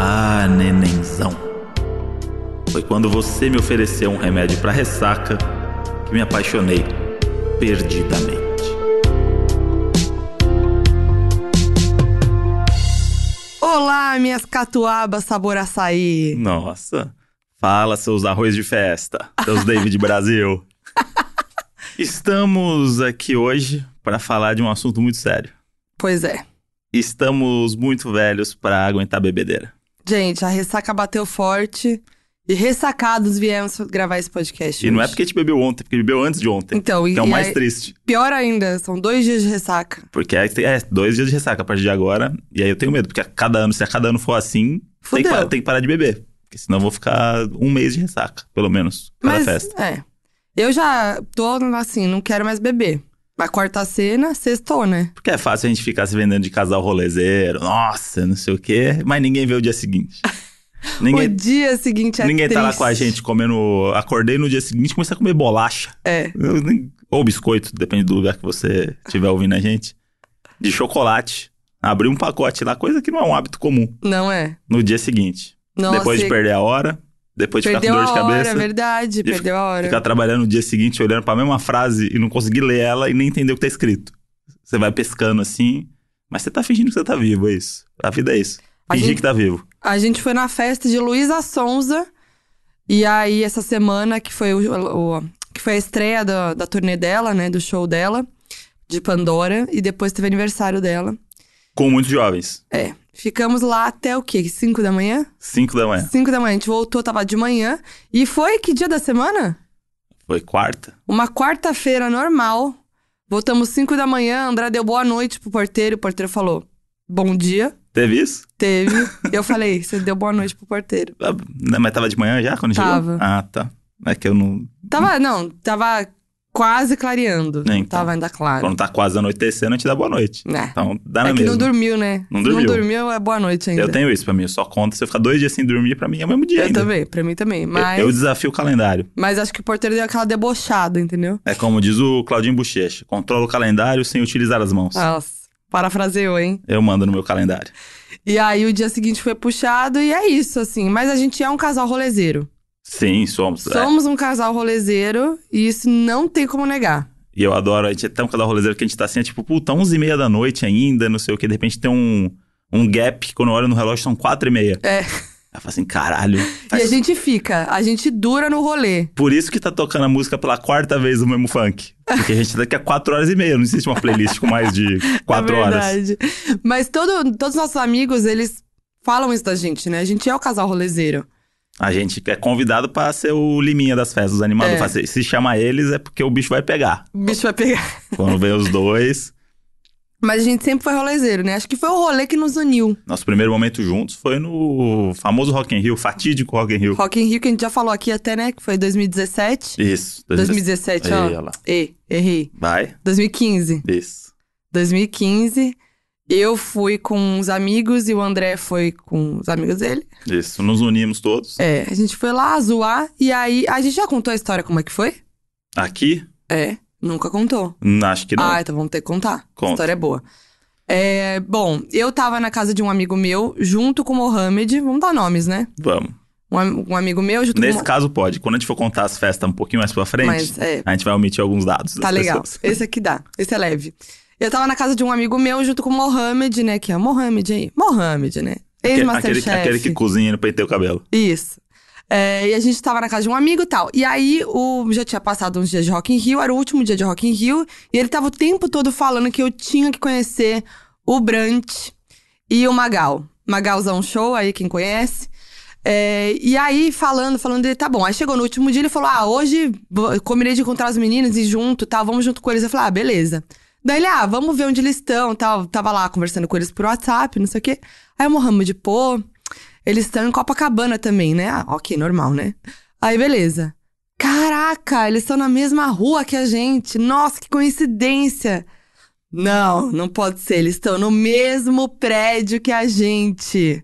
Ah, Foi quando você me ofereceu um remédio para ressaca que me apaixonei perdidamente. Olá, minhas catuabas sabor açaí. Nossa. Fala, seus arroz de festa, seus David Brasil. Estamos aqui hoje para falar de um assunto muito sério. Pois é. Estamos muito velhos para aguentar bebedeira. Gente, a ressaca bateu forte e ressacados viemos gravar esse podcast. E não é hoje. porque a gente bebeu ontem, porque bebeu antes de ontem. Então, e, Que é o e mais aí- triste. pior ainda, são dois dias de ressaca. Porque é, é dois dias de ressaca a partir de agora. E aí eu tenho medo, porque a cada ano, se a cada ano for assim, tem que, Fudeu. pa- tem que parar de beber. Porque senão eu vou ficar um mês de ressaca, pelo menos, cada Mas, festa. é. Eu já tô assim, não quero mais beber. Mas quarta cena, sextou, né? Porque é fácil a gente ficar se vendendo de casal rolezeiro, nossa, não sei o quê, mas ninguém vê o dia seguinte. o Ninguém, dia seguinte é ninguém tá lá triste. com a gente comendo. Acordei no dia seguinte e comecei a comer bolacha. É. Eu nem- Ou biscoito, depende do lugar que você estiver ouvindo a gente. De chocolate. Abri um pacote lá, coisa que não é um hábito comum. Não é? No dia seguinte. Nossa, depois de perder a hora, depois de ficar com Então, perdeu dor a de hora, é cabeça. verdade, de perdeu a hora. Ficar trabalhando no dia seguinte, olhando pra mesma frase e não conseguir ler ela e nem entender o que tá escrito. Você vai pescando assim, mas você tá fingindo que você tá vivo, é isso. A vida é isso. A Fingir gente- que tá vivo. A gente foi na festa de Luísa Sonza. E aí, essa semana, que foi, o, o- que foi a estreia da, da turnê dela, né? Do show dela, de Pandora. E depois teve aniversário dela. Com muitos jovens. É. Ficamos lá até o quê? 5 da manhã? Cinco da manhã. 5 da manhã. A gente voltou, tava de manhã. E foi que dia da semana? Foi quarta. Uma quarta-feira normal. Voltamos 5 da manhã. André deu boa noite pro porteiro. O porteiro falou: Bom dia. Teve isso? Teve. eu falei: Você deu boa noite pro porteiro. Ah, né, Mas tava de manhã já quando Tava. chegou? Ah, tá. É que eu não. Tava, não, tava quase clareando. É, Não então. tava ainda claro. Quando tá quase anoitecendo, a gente dá boa noite. Né. Então dá na É que mesma. não dormiu, né? Não Se dormiu. não dormiu, é boa noite ainda. eu tenho isso pra mim, eu só conto. Se eu ficar dois dias sem dormir, pra mim é o mesmo dia. Eu ainda. também, pra mim também. Eu- Mas, eu desafio o calendário. mas acho que o porteiro deu aquela debochada, entendeu? É como diz o Claudinho Bochecha: controla o calendário sem utilizar as mãos. Nossa, parafraseou, hein? Eu mando no meu calendário. E aí o dia seguinte foi puxado e é isso, assim. Mas a gente é um casal rolezeiro. Sim, somos. é. Somos um casal rolezeiro e isso não tem como negar. E eu adoro, a gente é tão cada rolezeiro que a gente tá assim, é tipo, puta, 11 e meia da noite ainda, não sei o que. De repente tem um, um gap, quando eu olho no relógio são 4 e meia. É. Aí eu falo assim, caralho. E a faz- gente fica, a gente dura no rolê. Por isso que tá tocando a música pela quarta vez o mesmo funk. Porque a gente daqui a 4 horas e meia, não existe uma playlist com mais de 4 é horas. verdade. Mas todo, todos os nossos amigos, eles falam isso da gente, né? A gente é o casal rolezeiro. A gente é convidado pra ser o liminha das festas, os animadores. É. Fala assim, Se chama eles é porque o bicho vai pegar. O bicho vai pegar. Quando vem os dois. Mas a gente sempre foi rolezeiro, né? Acho que foi o rolê que nos uniu. Nosso primeiro momento juntos foi no famoso Rock in Rio, fatídico Rock in Rio. Rock in Rio, que a gente já falou aqui até, né? Que foi 2017. Isso. 2017, Aí, ó. olha lá. Ei, errei. Vai. 2015. Isso. 2015. Eu fui com os amigos e o André foi com os amigos dele. Isso. Nos unimos todos. É, a gente foi lá zoar e aí. A gente já contou a história como é que foi? Aqui, É, nunca contou. hum, acho que não. Ah, então vamos ter que contar. Conta. A história é boa. É, bom, eu tava na casa de um amigo meu, junto com o Mohamed. Vamos dar nomes, né? Vamos. Um, am- um amigo meu junto Nesse com o caso pode. Quando a gente for contar as festas um pouquinho mais pra frente, Mas, é, a gente vai omitir alguns dados. tá das legal. pessoas. Esse aqui dá. Esse é leve. Eu tava na casa de um amigo meu, junto com o Mohamed, né? Que é o Mohamed aí. Mohamed, né? Aque- Aquele, Ex-Masterchef. aquele que cozinha e não penteia o cabelo. Isso. É, e a gente tava na casa de um amigo e tal. E aí, o, já tinha passado uns dias de Rock in Rio, era o último dia de Rock in Rio. E ele tava o tempo todo falando que eu tinha que conhecer o Brant e o Magal. Magalzão Show, aí quem conhece. É, e aí, falando, falando dele, tá bom. Aí chegou no último dia, ele falou, ah, hoje vou- eu combinei de encontrar os meninos e junto, tal, vamos junto com eles. Eu falei, ah, beleza. Daí ele, ah, vamos ver onde eles estão, tal. Tava lá conversando com eles por WhatsApp, não sei o quê. Aí o Mohamed, pô, eles estão em Copacabana também, né? Ah, ok, normal, né? Aí, beleza. Caraca, eles estão na mesma rua que a gente. Nossa, que coincidência. Não, não pode ser. Eles estão no mesmo prédio que a gente.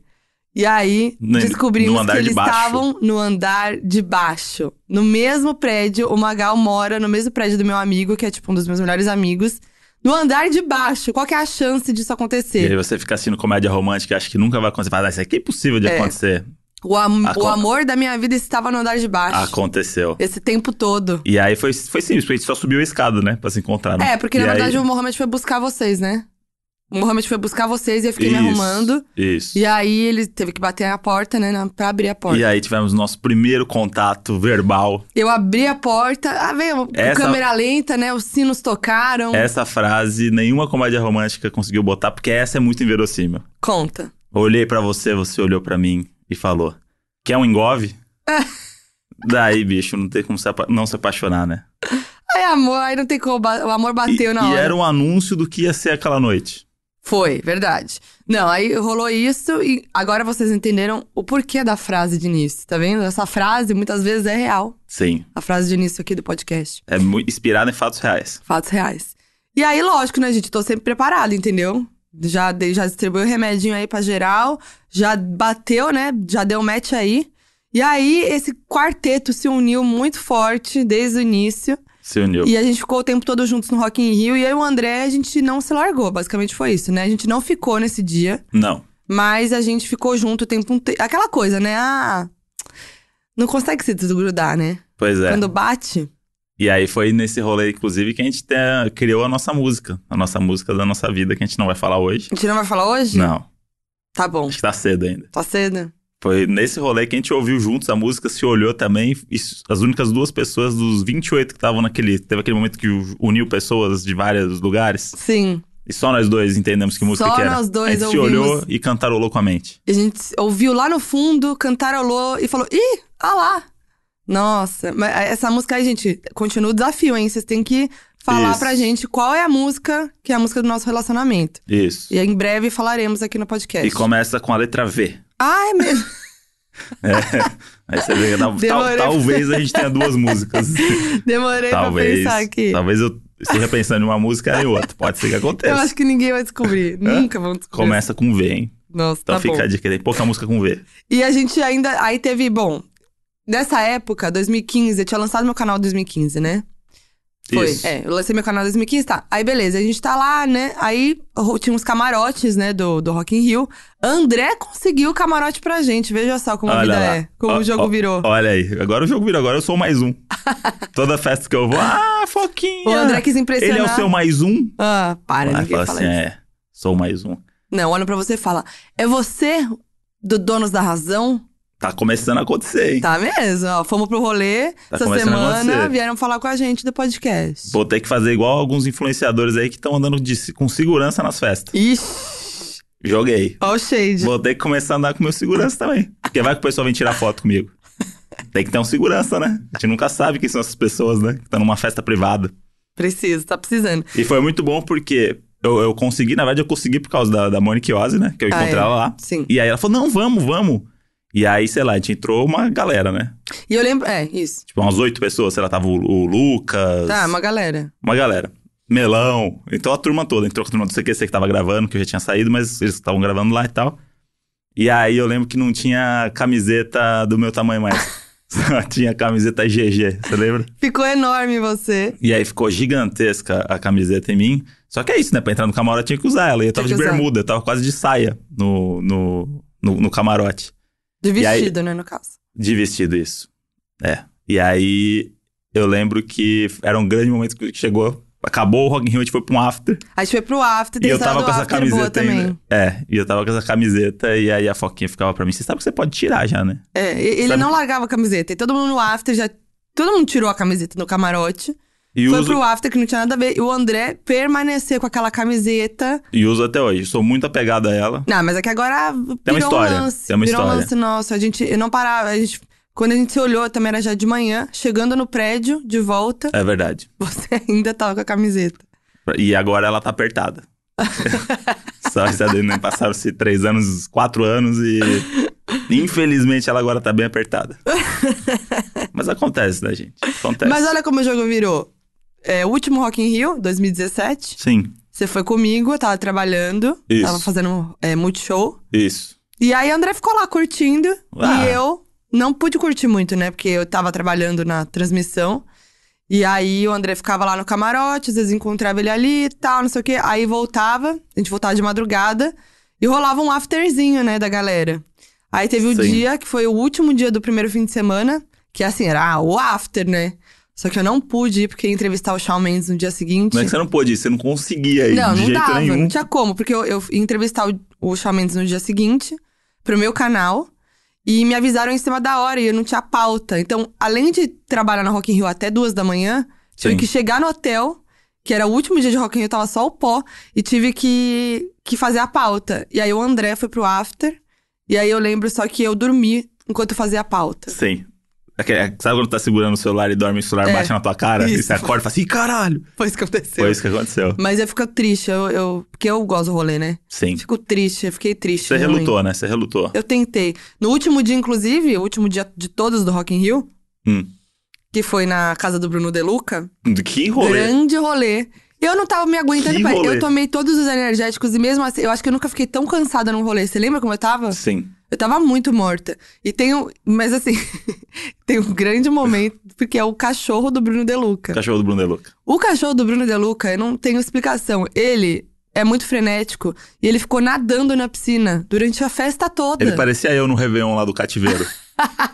E aí, No- no descobrimos andar que de eles baixo. estavam no andar de baixo. No mesmo prédio, o Magal mora no mesmo prédio do meu amigo, que é tipo um dos meus melhores amigos. No andar de baixo. Qual que é a chance E disso aí acontecer? você fica assistindo comédia romântica, acho que nunca vai acontecer. Fala, ah, isso aqui é impossível de É. acontecer. O, am- Acon- o amor da minha vida estava no andar de baixo. Aconteceu. Esse tempo todo. E aí foi, foi simples, porque a gente só subiu a escada, né? Pra se encontrar. né? É, porque E na aí- verdade o Mohamed foi buscar vocês, né? O Mohamed foi buscar vocês e eu fiquei me Isso, arrumando. Isso. E aí ele teve que bater na porta, né? na- Pra abrir a porta. E aí tivemos nosso primeiro contato verbal. Eu abri a porta, ah, veio Essa- É. câmera lenta, né? Os sinos tocaram. Essa frase, nenhuma comédia romântica conseguiu botar, porque essa é muito inverossímil. Conta. Olhei pra você, você olhou pra mim e falou: Quer um engove? Daí, bicho, não tem como se apa- não se apaixonar, né? Aí, amor, aí não tem como. ba- O amor E, bateu na e hora. era um anúncio do que ia ser aquela noite. Foi, verdade. Não, aí rolou isso e agora vocês entenderam o porquê da frase de início, tá vendo? Essa frase muitas vezes é real. Sim. A frase de início aqui do podcast. É muito inspirado em fatos reais. Fatos reais. E aí, lógico, né, gente? Tô sempre preparada, entendeu? Já, dei- já distribuiu o remedinho aí pra geral, já bateu, né? Já deu match aí. E aí, esse quarteto se uniu muito forte desde o início. Se uniu. E a gente ficou o tempo todo juntos no Rock in Rio. E eu e o André, a gente não se largou. Basicamente foi isso, né? A gente não ficou nesse dia. Não. Mas a gente ficou junto o tempo inteiro. Aquela coisa, né? Ah, não consegue se desgrudar, né? Pois é. Quando bate. E aí foi nesse rolê, inclusive, que a gente te- criou a nossa música. A nossa música da nossa vida, que a gente não vai falar hoje. A gente não vai falar hoje? Não, Tá bom. acho que tá cedo ainda. Tá cedo? Foi nesse rolê que a gente ouviu juntos a música, se olhou também. e s- as únicas duas pessoas dos 28 que estavam naquele. Teve aquele momento que u- uniu pessoas de vários lugares. Sim. E só nós dois entendemos que música Só que era. nós dois a gente se ouvimos. olhou e cantarolou com a mente. E a gente ouviu lá no fundo, cantarolou e falou: ih, ah lá. Nossa, mas essa música aí, gente, continua o desafio, hein? Vocês têm que falar Isso. pra gente qual é a música que é a música do nosso relacionamento. Isso. E em breve falaremos aqui no E podcast. começa com a letra V. Ah, é mesmo. É. Aí você vê que tal- tal- Demorei. talvez a gente tenha duas músicas. Demorei pra talvez. pensar aqui. Talvez eu esteja pensando em uma música e em outra. Pode ser que Eu aconteça. acho que ninguém vai descobrir. Nunca vão descobrir. Começa com V, hein? Nossa, Então tá fica bom. a dica. Tem pouca música com V. E a gente ainda. Aí teve, bom. Nessa época, 2015, eu tinha lançado meu canal em 2015, né? Foi. Isso. É, eu lancei meu canal em 2015, tá. Aí beleza, a gente tá lá, né? Aí ro- tinha uns camarotes, né, do, do Rock in Rio. André conseguiu o camarote pra gente. Veja só como a Olha vida lá. é. Como Ó, o jogo ó, virou. Olha aí, agora o jogo virou, agora eu sou mais um. Toda festa que eu vou, ah, Foquinha! o André quis impressionar. Ele é o seu mais um? Ah, para, Aí ninguém fala fala assim, isso. é, sou mais um. Não, olha pra você e fala. É você do Donos da Razão? Tá começando a acontecer, hein? Tá mesmo, ó. Fomos pro rolê Tá essa começando a semana, acontecer. vieram falar com a gente do podcast. Vou ter que fazer igual alguns influenciadores aí que estão andando de- com segurança nas festas. Ixi, Joguei. ó o shade. Vou ter que começar a andar com meu segurança também. Porque vai que o pessoal vem tirar foto comigo. Tem que ter um segurança, né? A gente nunca sabe quem são essas pessoas, né? Que estão numa festa privada. Preciso, tá precisando. E foi muito bom porque eu, eu consegui, na verdade, eu consegui por causa da, da Monique Ozzy, né? Que eu Ah, encontrei é. ela lá. Sim. E aí ela falou, não, vamos, vamos. E aí, sei lá, a gente entrou uma galera, né? E eu lembro. É, isso. Tipo, umas oito pessoas, sei lá, tava o, o Lucas, Tá, uma galera. uma galera. Melão, então a turma toda. Entrou com a turma do CQC que tava gravando, que eu já tinha saído, mas eles estavam gravando lá e tal. E aí eu lembro que não tinha camiseta do meu tamanho mais. Só tinha camiseta GG, você lembra? Ficou enorme você. E aí ficou gigantesca a camiseta em mim. Só que é isso, né? Pra entrar no camarote tinha que usar ela. E eu tava de Tinha que usar. bermuda, eu tava quase de saia no, no, no, no camarote. De E aí- vestido, né, no caso. De vestido, isso. É. E aí, eu lembro que era um grande momento que chegou. Acabou o Rock in Rio, a gente foi pra um after. A gente foi tipo, é pro after, tem e eu história tava do com essa after boa camiseta também. ainda. É, e eu tava com essa camiseta e aí a Foquinha ficava pra mim. Você sabe que você pode tirar já, né? É, e- ele Sabe- não largava a camiseta. E todo mundo no after já. Todo mundo tirou a camiseta no camarote. E foi uso, pro after que não tinha nada a ver. E o André permaneceu com aquela camiseta. e uso até hoje. Sou muito apegado a ela. Não, mas é que agora virou história, um lance. tem uma virou um história. lance nosso. A gente eu não parava. A gente, quando a gente se olhou, também era já de manhã, chegando no prédio, de volta, É verdade. você ainda tava com a camiseta. E agora ela tá apertada. Só isso aí, né? Passaram-se três anos, quatro anos e. Infelizmente ela agora tá bem apertada. Mas acontece, né, gente? Acontece. Mas olha como o jogo virou. É, o último Rock in Rio, 2017. Sim, Você foi comigo, eu tava trabalhando, Isso. tava fazendo é, multishow. isso. E aí o André ficou lá curtindo. Ah. E eu não pude curtir muito, né? Porque eu tava trabalhando na transmissão. E aí o André ficava lá no camarote, às vezes encontrava ele ali e tal, não sei o quê. Aí voltava, a gente voltava de madrugada. E rolava um afterzinho, né, da galera. Aí teve o Sim. dia que foi o último dia do primeiro fim de semana, que assim, era ah, o after, né? Só que eu não pude ir porque ia entrevistar o Shawn Mendes no dia seguinte. Não é que você não pôde ir, você não conseguia ir Não, de não jeito dava, nenhum. não tinha como, porque eu, eu ia entrevistar o, o Shawn Mendes no dia seguinte, pro meu canal, e me avisaram em cima da hora, e eu não tinha pauta. Então, além de trabalhar na Rock in Rio até duas da manhã, tive Sim. que chegar no hotel, que era o último dia de Rock in Rio, tava só o pó, e tive que, que fazer a pauta. E aí o André foi pro after, e aí eu lembro só que eu dormi enquanto eu fazia a pauta. Sim. Aquele- Sabe quando tá segurando o celular e dorme e o celular É. bate na tua cara? E Isso. você acorda e fala assim, "Ih, caralho! Foi isso que aconteceu. Foi isso que aconteceu. Mas eu fico triste, eu, eu- porque eu gosto do rolê, né? Sim. Fico triste, eu fiquei triste. Você realmente. relutou, né? Você relutou. Eu tentei. No último dia, inclusive, o último dia de todos do Rock in Rio, Hum. que foi na casa do Bruno De Luca, Que rolê. grande rolê. Eu não tava me aguentando, Que pai. rolê. Eu tomei todos os energéticos e mesmo assim, eu acho que eu nunca fiquei tão cansada num rolê. Você lembra como eu tava? Sim. Eu tava muito morta. E tem um. Mas assim, tem um grande momento, porque é o cachorro do Bruno De Luca. Cachorro do Bruno é De Luca. O cachorro do Bruno De Luca, eu não tenho explicação. Ele é muito frenético e ele ficou nadando na piscina durante a festa toda. Ele parecia eu no Réveillon lá do cativeiro.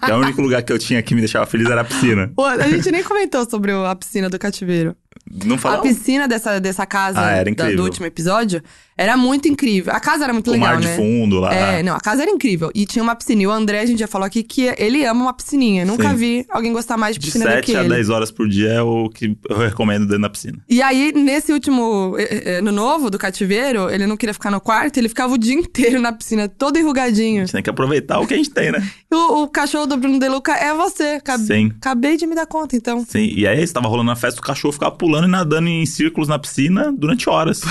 que é o único lugar que eu tinha que me deixava feliz era a piscina. Pô, A gente nem comentou sobre o- a piscina do cativeiro. Não A falava piscina dessa, dessa casa Tá Ah, era da- do incrível. último episódio era muito incrível. A casa era muito o legal, mar de né? fundo lá. É, não, a casa era incrível. E tinha uma piscina. E o André, a gente já falou aqui que ele ama uma piscininha. Nunca Sim. vi alguém gostar mais de de piscina é do que 7 a ele. 10 horas por dia é o que eu recomendo dentro da piscina. E aí, nesse último, eh, eh, no novo, do cativeiro, ele não queria ficar no quarto, ele ficava o dia inteiro na piscina, todo A enrugadinho. gente tem que aproveitar o que a gente tem, né? O, o cachorro do Bruno De Luca é você. Acab- Sim. Acabei de me dar conta, então. Sim, e aí estava rolando a festa, o cachorro ficava pulando e nadando em círculos na piscina durante horas.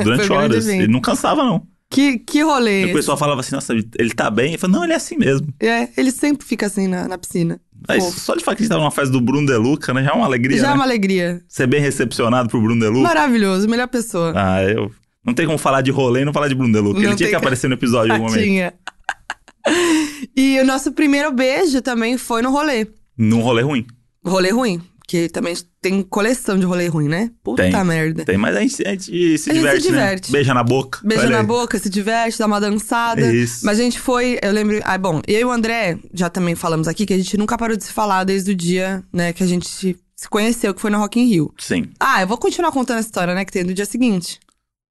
Durante Foi um grande horas. evento. Ele não cansava, não. Que, que E rolê. o pessoal falava assim, nossa, ele- ele tá bem? Ele falou, não, ele é assim mesmo. É, ele sempre fica assim na, na piscina. Aí, Fofo. só de falar que a gente tava numa festa do Bruno De Luca, né? Já é uma alegria, Já é né? uma alegria. Ser bem recepcionado pro Bruno De Luca. Maravilhoso, melhor pessoa. Ah, eu... Não tem como falar de rolê e não falar de Bruno De Luca. Não Ele tinha tem que aparecer no episódio em algum momento. Tatinha. e o nosso primeiro beijo também foi no rolê. Num rolê ruim. Rolê ruim. Que também tem coleção de rolê ruim, né? Puta Tem. merda. Tem, mas a gente, a gente se A gente se diverte, né? diverte. Beija na boca. Beija olha na aí. boca, se diverte, dá uma dançada. Isso. Mas a gente foi, eu lembro. Ah, bom, eu e o André já também falamos aqui que a gente nunca parou de se falar desde o dia, né, que a gente se conheceu, que foi no Rock in Rio. Sim, Ah, eu vou continuar contando a história, né, que tem no dia seguinte.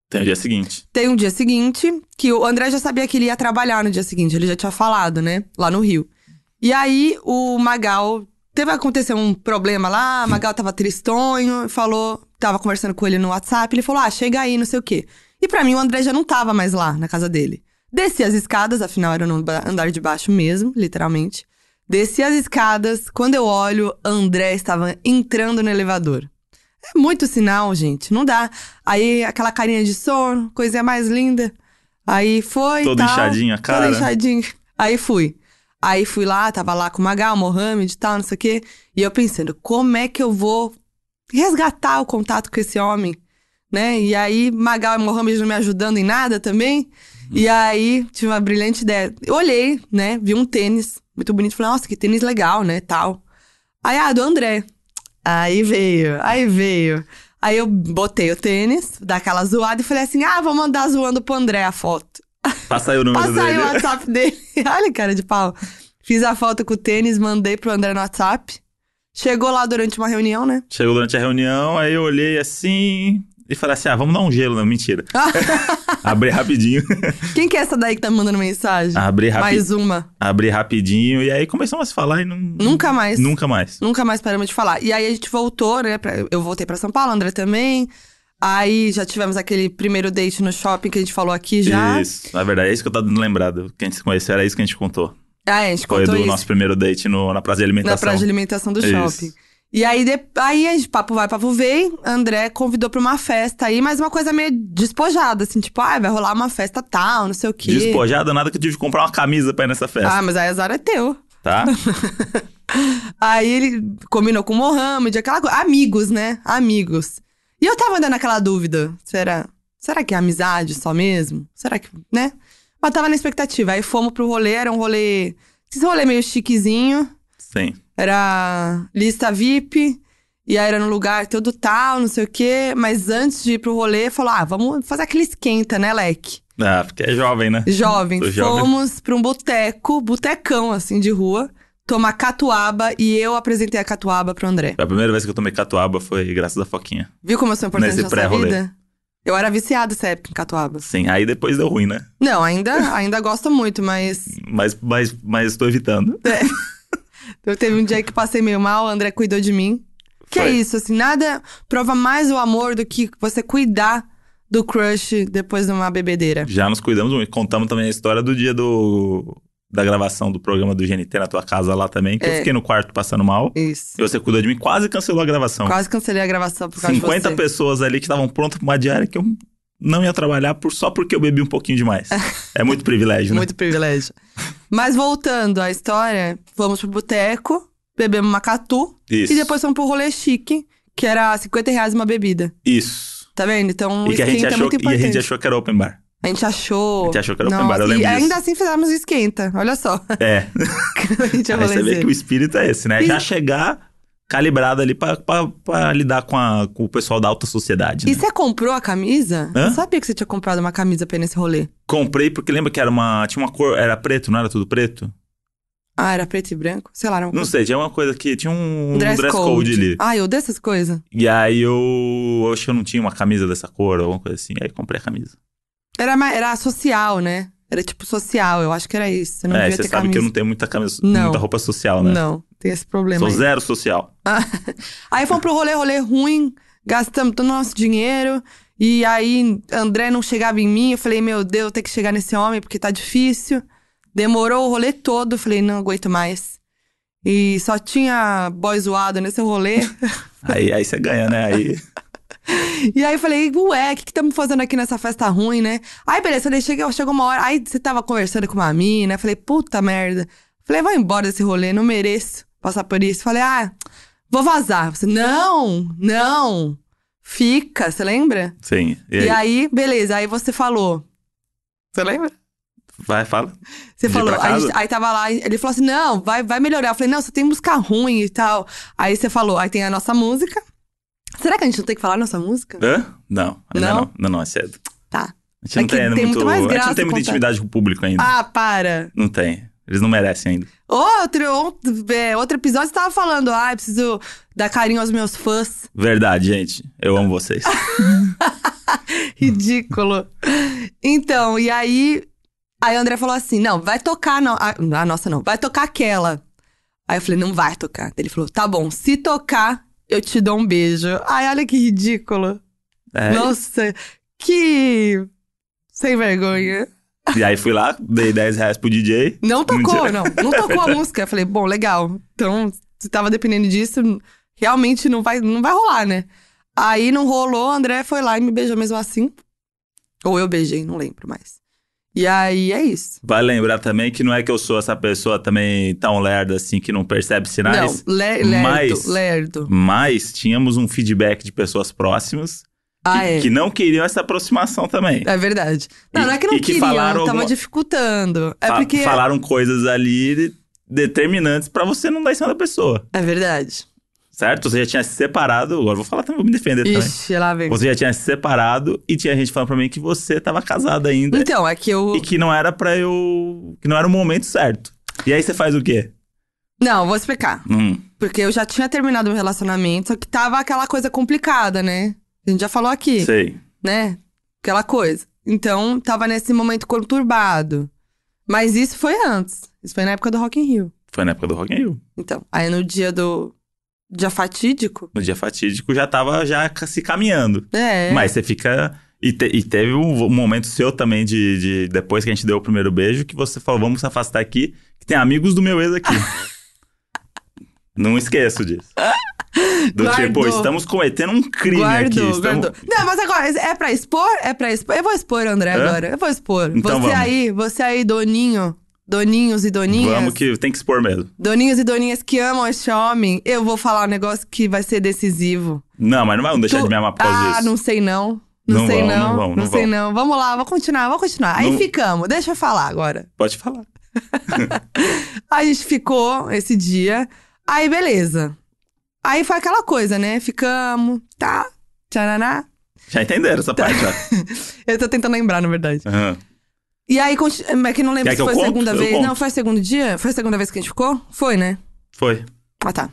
tem o dia seguinte. Tem um dia seguinte que o André já sabia que ele ia trabalhar no dia seguinte, ele já tinha falado, né? Lá no Rio. E aí o Magal teve acontecer um problema lá, o Magal tava tristonho, falou, tava conversando com ele no WhatsApp, ele falou: "Ah, chega aí, não sei o quê". E pra mim o André já não tava mais lá na casa dele. Desci as escadas, afinal era no ba- andar de baixo mesmo, literalmente. Desci as escadas, quando eu olho, André estava entrando no elevador. É muito sinal, gente. Não dá. Aí aquela carinha de sono, coisinha mais linda. Aí foi. Todo tal, inchadinho a cara. Todo inchadinho. Aí fui. Aí fui lá, tava lá com o Magal, Mohamed e tal, não sei o quê. E eu pensando, como é que eu vou resgatar o contato com esse homem? Né? E aí, Magal e Mohamed não me ajudando em nada também. E aí, tive uma brilhante ideia. Eu olhei, né? Vi um tênis muito bonito. Falei, nossa, que tênis legal, né? Tal. Aí, ah, do André. Aí veio, aí veio. Aí eu botei o tênis, daquela zoada, e falei assim: ah, vou mandar zoando pro André a foto. Passa aí o número Passei dele. o WhatsApp dele. Olha, cara de pau. Fiz a foto com o tênis, mandei pro André no WhatsApp. Chegou lá durante uma reunião, né? Chegou durante a reunião, aí eu olhei assim e falei assim: ah, vamos dar um gelo, não, mentira. Abri rapidinho. Quem que é essa daí que tá me mandando mensagem? Abri, rapi- Mais uma. Abri rapidinho e aí começamos a se falar e não. Nunca mais. Nunca mais. Nunca mais paramos de falar. E aí a gente voltou, né? pra- eu voltei pra São Paulo, André também. Aí já tivemos aquele primeiro date no shopping que a gente falou aqui já. Isso, na verdade, é isso que eu tava lembrado. Quem se conheceu era isso que a gente contou. Ah, é, a gente Foi contou do isso. nosso primeiro date no, na praça de Na alimentação. praia de alimentação do Isso. shopping. E aí, de, aí, a gente, papo vai, papo vem. André convidou pra uma festa aí, mas uma coisa meio despojada, assim, tipo, ah, vai rolar uma festa tal, não sei o quê. Despojado, nada que eu tive que comprar uma camisa pra ir nessa festa, Ah, mas aí azar é teu. tá? Aí ele combinou com o Mohamed, aquela coisa. Amigos, né? Amigos. E eu tava andando naquela dúvida. Será, será que é amizade só mesmo? Será que, né? Mas tava na expectativa. Aí fomos pro rolê, era um rolê. Esse rolê meio chiquezinho. Sim. Era lista VIP. E aí era no lugar todo tal, não sei o quê. Mas antes de ir pro rolê, falou: ah, vamos fazer aquele esquenta, né, Leque? Ah, porque é jovem, né? Jovem. Sou jovem. Fomos pra um boteco, botecão, assim, de rua, tomar catuaba e eu apresentei a catuaba pro André. A primeira vez que eu tomei catuaba foi graças à Foquinha. Viu como eu sou importante Nesse na sua pré-rolê. vida? Eu era viciada essa época em catuaba. Sim, aí depois deu ruim, né? Não, ainda, ainda gosto muito, mas Mas, mas, mas tô evitando. eu teve um dia que passei meio mal, o André cuidou de mim. Que é Foi. isso, assim, nada prova mais o amor do que você cuidar do crush depois de uma bebedeira. Já nos cuidamos muito. Contamos também a história do dia do da gravação do programa do GNT na tua casa lá também, que eu É. fiquei no quarto passando mal. Isso. E você cuidou de mim, quase cancelou a gravação. Quase cancelei a gravação por causa de 50 você. pessoas ali que estavam prontas pra uma diária que eu não ia trabalhar por, só porque eu bebi um pouquinho demais. é muito privilégio, né? Muito privilégio. Mas voltando à história, fomos pro boteco, bebemos uma catu Isso. e depois fomos pro rolê chique, que era 50 reais uma bebida. Isso. Tá vendo? Então, e, que a gente esquenta é achou, muito que- e a importante. gente achou que era open bar. A gente achou. A gente achou que era open bar, eu Nossa, lembro E disso. ainda assim fizemos o esquenta, olha só. É. a gente é Aí você vê que rolezeiro. o espírito é esse, né? E- Já chegar calibrado ali pra, pra, pra lidar com, a- com o pessoal da alta sociedade. E né? você comprou a camisa? Hã? Eu sabia que você tinha comprado uma camisa pra ir nesse rolê. Comprei porque lembra que era uma. Tinha uma cor. Era preto, não era tudo preto? Ah, era preto e branco? Sei lá, era um Não sei, tinha uma coisa que. Tinha um dress, code. ali. Ah, eu odeio essas coisas. E aí eu, eu acho que eu não tinha uma camisa dessa cor, alguma coisa assim. Aí comprei a camisa. Era, ma- era social, né? Era tipo social, eu acho que era isso. Você não é, devia você ter sabe que camisa. eu não tenho muita camisa, Não. muita roupa social, né? Não, tem esse problema. Sou aí. zero social. Aí fomos pro rolê, rolê ruim, gastamos todo o nosso dinheiro. E aí André não chegava em mim, eu falei, meu Deus, tem que chegar nesse homem porque tá difícil. Demorou o rolê todo, eu falei, não aguento mais. E só tinha boy zoado nesse rolê. Aí, aí você ganha, né? Aí. e aí eu falei, ué, o que estamos fazendo aqui nessa festa ruim, né? Aí beleza, daí chegou, chegou uma hora, aí você tava conversando com uma mina, eu falei, puta merda. Falei, vou embora desse rolê, não mereço passar por isso. Falei, ah, vou vazar. Você, não, não, fica, você lembra? Sim. E E, aí, aí, beleza, aí você falou. Você lembra? Vai, fala. Você De ir falou, pra aí, casa? aí tava lá, ele falou assim: não, vai, vai melhorar. Eu falei, não, você tem música ruim e tal. Aí você falou, aí tem a nossa música. Será que a gente não tem que falar a nossa música? Hã? Não, ainda Não? não. Não, não, é cedo. Tá. A gente não É que tem, ainda tem muito muito. mais a gente graça não tem muita contar. intimidade com o público ainda. Ah, para. Não tem. Eles não merecem ainda. Outro, outro, é, outro episódio você tava falando, ah, eu preciso dar carinho aos meus fãs. Verdade, gente. Eu amo vocês. Ridículo. então, e aí. Aí o André falou assim: não, vai tocar. Ah, Não, a, a nossa não, vai tocar aquela. Aí eu falei: não vai tocar. Ele falou: tá bom, se tocar, eu te dou um beijo. Ai, olha que ridículo. É, Nossa, que. Sem vergonha. E aí fui lá, dei 10 reais pro DJ. Não tocou, Mentira. não. Não tocou a música. Eu falei, bom, legal. Então, se tava dependendo disso, realmente não vai, não vai rolar, né? Aí não rolou, o André foi lá e me beijou mesmo assim. Ou eu beijei, não lembro mais. E aí é isso. Vale lembrar também que não é que eu sou essa pessoa também tão lerda assim que não percebe sinais. não, le- lerdo, mas- lerdo. Mas tínhamos um feedback de pessoas próximas que- Ah, que, é. não queriam essa aproximação também. É verdade. Não, E- não é que não e que queriam, falaram tava alguma- dificultando. É Fa- porque. Falaram coisas ali de- determinantes pra você não dar em cima da pessoa, É verdade. certo? Você já tinha se separado, agora eu vou falar também, vou me defender também. Ixi, lá vem. Você já tinha se separado e tinha gente falando pra mim que você tava casada ainda Então, é que eu. e que não era pra eu. que não era o momento certo. E aí você faz o quê? Não, vou explicar. Hum, Porque eu já tinha terminado o relacionamento, só que tava aquela coisa complicada, né? A gente já falou aqui, sei. né? Aquela coisa. Então, tava nesse momento conturbado. Mas isso foi antes. Isso foi na época do Rock in Rio. Foi na época do Rock in Rio. Então, aí no dia do... Dia fatídico. No dia fatídico já tava já ca- se caminhando. É. Mas você fica. E, te- e teve um, vo- um momento seu também de, de- Depois que a gente deu o primeiro beijo, que você falou, vamos se afastar aqui, que tem amigos do meu ex aqui. Não esqueço disso. Do tipo, Guardou. estamos cometendo um crime Guardou, aqui. Estamos... guardou. Não, mas agora, é pra expor? É pra expor. Eu vou expor, André, Hã? agora. Eu vou expor. Então você vamos. aí, você aí, doninho. Doninhos e doninhas. Vamos que tem que expor mesmo. Doninhos e doninhas que amam este homem. Eu vou falar um negócio que vai ser decisivo. Não, mas não vamos deixar Tu- de me amar por causa ah, disso. não sei não. Não, Não sei vão, não. não vão, não sei vão. não. Vamos lá, vou continuar, vou continuar. Aí Não- ficamos, deixa eu falar agora. Pode falar. Aí a gente ficou esse dia. Aí beleza. Aí foi aquela coisa, né? Ficamos, tá? Tcharaná. Tá. Já entenderam essa parte, ó. Eu tô tentando lembrar, na verdade. Aham. E aí, conti- é que não Quer lembro se que eu foi a conto? segunda Eu vez. conto. Não, foi a segunda dia? Foi a segunda vez que a gente ficou? Foi, né? Foi. Ah, tá.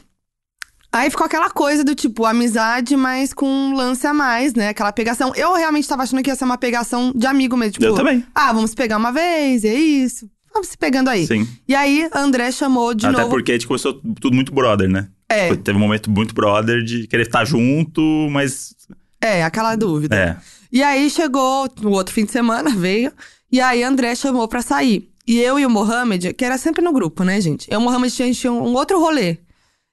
Aí ficou aquela coisa do tipo, amizade, mas com um lance a mais, né? Aquela pegação. Eu realmente tava achando que ia ser uma pegação de amigo mesmo. Tipo, Eu também. ah, vamos se pegar uma vez, é isso. Vamos se pegando aí. Sim. E aí, André chamou de Até novo. porque a gente começou tudo muito brother, né? É, Foi- Teve um momento muito brother de querer estar junto, mas. é, aquela dúvida. É. E aí chegou o outro fim de semana, veio. E aí André chamou pra sair. E eu e o Mohamed, que era sempre no grupo, né, gente? Eu e o Mohamed tinha, tinha um outro rolê.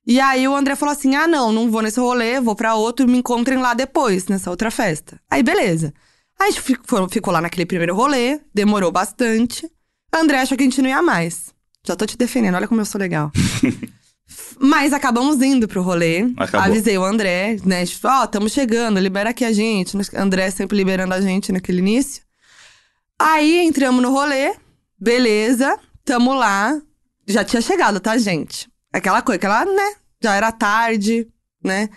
E aí o André falou assim: ah, não, não vou nesse rolê, vou pra outro, me encontrem lá depois, nessa outra festa. Aí, beleza. Aí a gente ficou, ficou lá naquele primeiro rolê, demorou bastante. André achou que a gente não ia mais. Já tô te defendendo, olha como eu sou legal. Mas acabamos indo pro rolê. Acabou. Avisei o André, né? Tipo, ó, estamos chegando, libera aqui a gente. André sempre liberando a gente naquele início. Aí entramos no rolê, beleza, tamo lá. Já tinha chegado, tá, gente? Aquela coisa, aquela, né? Já era tarde, né?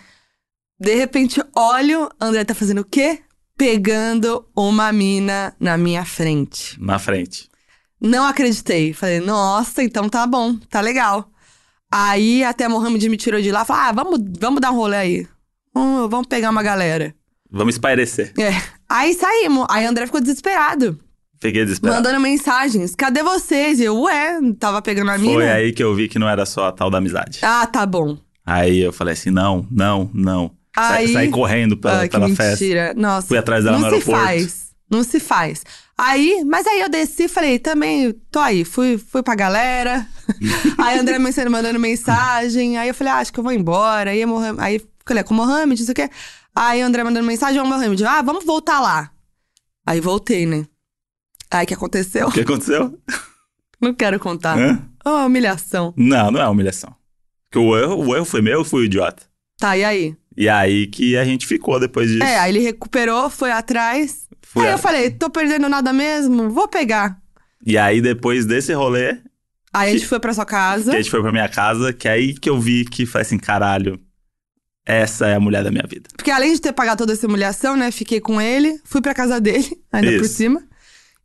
De repente, olho, André tá fazendo o quê? Pegando uma mina na minha frente. Na frente. Não acreditei. Falei, nossa, então tá bom, tá legal. Aí até Mohamed me tirou de lá e falou: ah, vamos, vamos dar um rolê aí. Hum, vamos pegar uma galera. Vamos espairecer. É. Aí saímos. Aí André ficou desesperado, Fiquei desesperado. mandando mensagens: cadê vocês? E eu, ué, tava pegando a mina. Foi aí que eu vi que não era só a tal da amizade. Ah, tá bom. Aí eu falei assim: não, não, não. Sa- Aí- Saí correndo pela, ah, que pela festa. mentira. Nossa. Fui atrás dela não no se aeroporto. faz. Não se faz. Aí, mas aí eu desci e falei, também tô aí, fui, fui pra galera. aí André mensagem, mandando mensagem. Aí eu falei, ah, acho que eu vou embora. Aí, Mohamed, aí falei, "É com o Mohamed, não sei o quê. Aí André mandando mensagem, o Mohamed, ah, vamos voltar lá. Aí voltei, né? Aí o que aconteceu? O que aconteceu? Não quero contar. Hã? Oh, humilhação. Não, não é humilhação. Porque o erro, o erro foi meu, eu fui o idiota. Tá, e aí? E aí que a gente ficou depois disso. É, aí ele recuperou, foi atrás. Fui aí a- eu falei, tô perdendo nada mesmo, vou pegar. E aí depois desse rolê, Aí a gente foi pra sua casa. que a gente foi pra minha casa, que é aí que eu vi que falei assim: caralho, essa é a mulher da minha vida. Porque além de ter pagado toda essa humilhação, né? Fiquei com ele, fui pra casa dele, ainda por Isso. cima.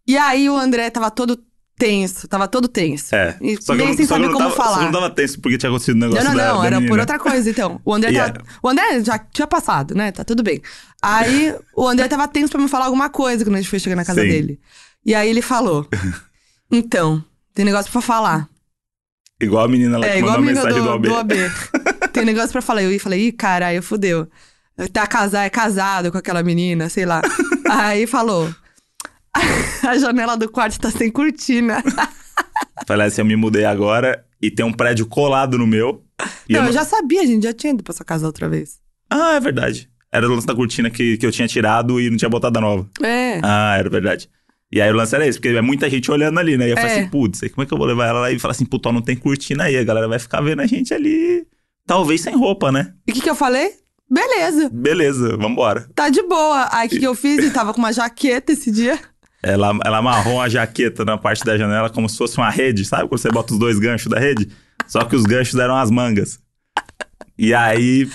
E aí o André tava todo tenso, tava todo tenso. É. E Só que eu meio não- sem só que saber eu não como tava, falar. Só que eu não tava tenso porque tinha acontecido um Não, negócio não, da, não, da era menina. por outra coisa, então. O André, E tava- o André já tinha passado, né? Tá tudo bem. Aí o André tava tenso pra me falar alguma coisa quando a gente foi chegar na casa Sim. dele. E aí ele falou: Então, tem negócio pra falar. Igual a menina lá É, que igual mandou a a menina do, mensagem do, do AB. AB. Tem negócio pra falar. Eu ia- falei, ih, caralho, fudeu. Tá casado, é casado com aquela menina, sei lá. Aí falou. A janela do quarto tá sem cortina. Falei assim, eu me mudei agora e tem um prédio colado no meu. E não, eu eu não- já sabia, gente. Já tinha ido pra sua casa outra vez. Ah, é verdade. Era o lance da cortina que, que eu tinha tirado e não tinha botado a nova. É. Ah, era verdade. E aí o lance era esse, porque é muita gente olhando ali, né? E eu falei É. assim, putz, aí como é que eu vou levar ela lá e falar assim, puta, não tem cortina aí, a galera vai ficar vendo a gente ali, talvez sem roupa, né? E o que, que eu falei? Beleza, Beleza, vambora. tá de boa. Aí o que, que eu fiz? Eu tava com uma jaqueta esse dia. Ela, ela amarrou a jaqueta na parte da janela como se fosse uma rede, sabe? Quando você bota os dois ganchos da rede? Só que os ganchos eram as mangas. E aí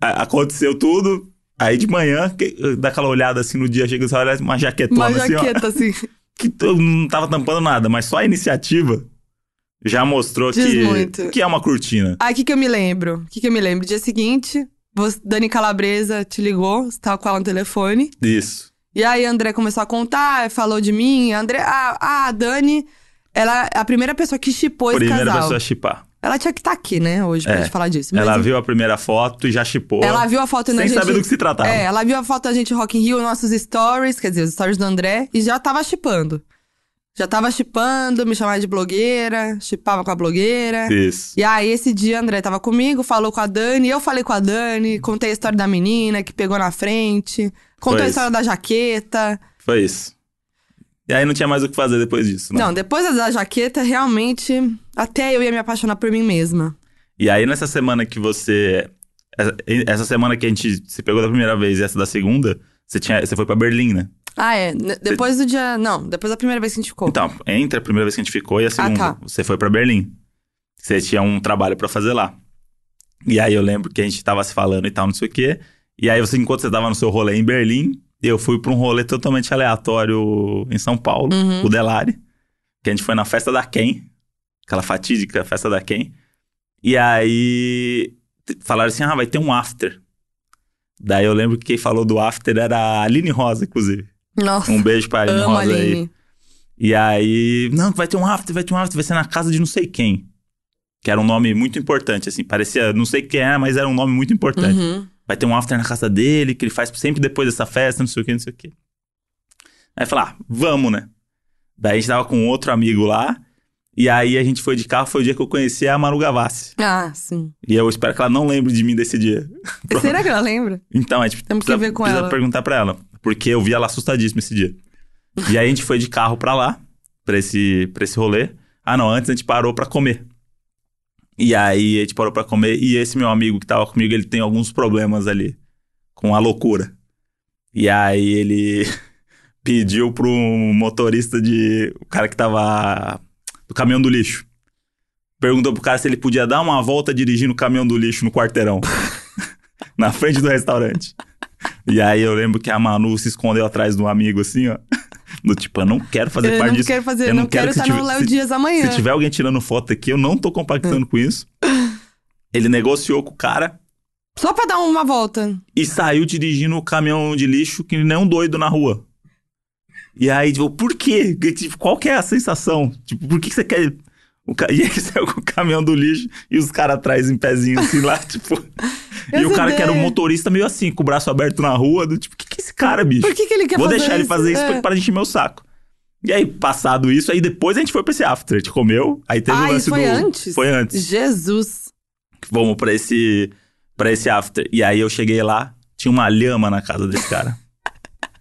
a- aconteceu tudo. Aí de manhã, que- dá aquela olhada assim no dia, chega e você olha uma jaquetona Uma assim, ó. jaqueta, assim. que eu não tava tampando nada, mas só a iniciativa já mostrou Diz que, muito. que é uma cortina. Aí o que, que eu me lembro? O que, que eu me lembro? Dia seguinte, você- Dani Calabresa te ligou, você tava com ela no telefone. Isso. E aí André começou a contar, falou de mim. André, a, a Dani, ela é a primeira pessoa que chipou esse primeira casal. pessoa a chipar. Ela tinha que estar aqui, né, hoje, pra É. gente falar disso. Mas Ela enfim, viu a primeira foto e já chipou. ela viu a foto da sem gente. saber do que se tratava. É, ela viu a foto da gente Rock in Rio, nossos stories, quer dizer, os stories do André, e já tava chipando. Já tava chipando, me chamava de blogueira, chipava com a blogueira. Isso. E aí, esse dia, André tava comigo, falou com a Dani, eu falei com a Dani, contei a história da menina que pegou na frente, contou Foi a isso. história da jaqueta. Foi isso. E aí não tinha mais o que fazer depois disso, né? Não, depois da jaqueta, realmente, até eu ia me apaixonar por mim mesma. E aí nessa semana que você. essa- Essa semana que a gente se pegou da primeira vez e essa da segunda, você, tinha, você foi pra Berlim, né? Ah, é. ne- Depois do dia. Não, depois da primeira vez que a gente ficou. Então, entre a primeira vez que a gente ficou e a segunda, tá. você foi pra Berlim. Você tinha um trabalho pra fazer lá. E aí eu lembro que a gente tava se falando e tal, não sei o quê. E aí você, enquanto você tava no seu rolê em Berlim, eu fui pra um rolê totalmente aleatório em São Paulo, Uhum. o Delari. Que a gente foi na festa da Ken. Aquela fatídica festa da Ken. E aí t- falaram assim: ah, vai ter um after. Daí eu lembro que quem falou do after era a Aline Rosa, inclusive. Nossa, Um beijo pra Aline amo a Rosa aí. Aline. E aí, não, vai ter um after, vai ter um after, vai ser na casa de não sei quem. Que era um nome muito importante, assim, parecia, não sei quem era, mas era um nome muito importante. Uhum. Vai ter um after na casa dele, que ele faz sempre depois dessa festa, não sei o que, não sei o que. Aí falar, ah, vamos, né? Daí a gente tava com outro amigo lá, e aí a gente foi de carro, foi o dia que eu conheci a Maru Gavassi. Ah, sim. E eu espero que ela não lembre de mim desse dia. Será que ela lembra? Então, a gente Temos que precisa, ver com precisa ela. perguntar pra ela. Porque eu vi ela assustadíssima esse dia. E aí a gente foi de carro pra lá, pra esse, pra esse rolê. Ah, não, antes a gente parou pra comer. E aí a gente parou pra comer. E esse meu amigo que tava comigo, ele tem alguns problemas ali com a loucura. E aí ele pediu pro motorista de. O cara que tava. do caminhão do lixo. Perguntou pro cara se ele podia dar uma volta dirigindo o caminhão do lixo no quarteirão. na frente do restaurante. E aí eu lembro que a Manu se escondeu atrás de um amigo assim, ó. Do tipo, eu não quero fazer eu parte não é." disso. quero fazer, Eu não não quero quero que estar se no tive- Léo se- Dias amanhã. Se tiver alguém tirando foto aqui, eu não tô compactando com isso. Ele negociou com o cara Só pra dar uma volta. e saiu dirigindo o caminhão de lixo que nem um doido na rua. E aí, tipo, por quê? Que, tipo, qual que é a sensação? Tipo, por que, que você quer. O ca... E ele saiu com o caminhão do lixo e os caras atrás em pezinho assim lá, tipo. e o Essa cara que era um ideia. motorista meio assim, com o braço aberto na rua, do tipo, o que, que é esse cara, bicho? Por que, que ele quer Vou fazer deixar ele fazer isso É. pra- pra gente encher meu saco. E aí, passado isso, aí depois a gente foi pra esse after. A gente comeu, aí teve Ah, o lance isso foi do. antes? Foi antes. Jesus. Vamos pra esse, pra esse after. E aí eu cheguei lá, tinha uma lhama na casa desse cara.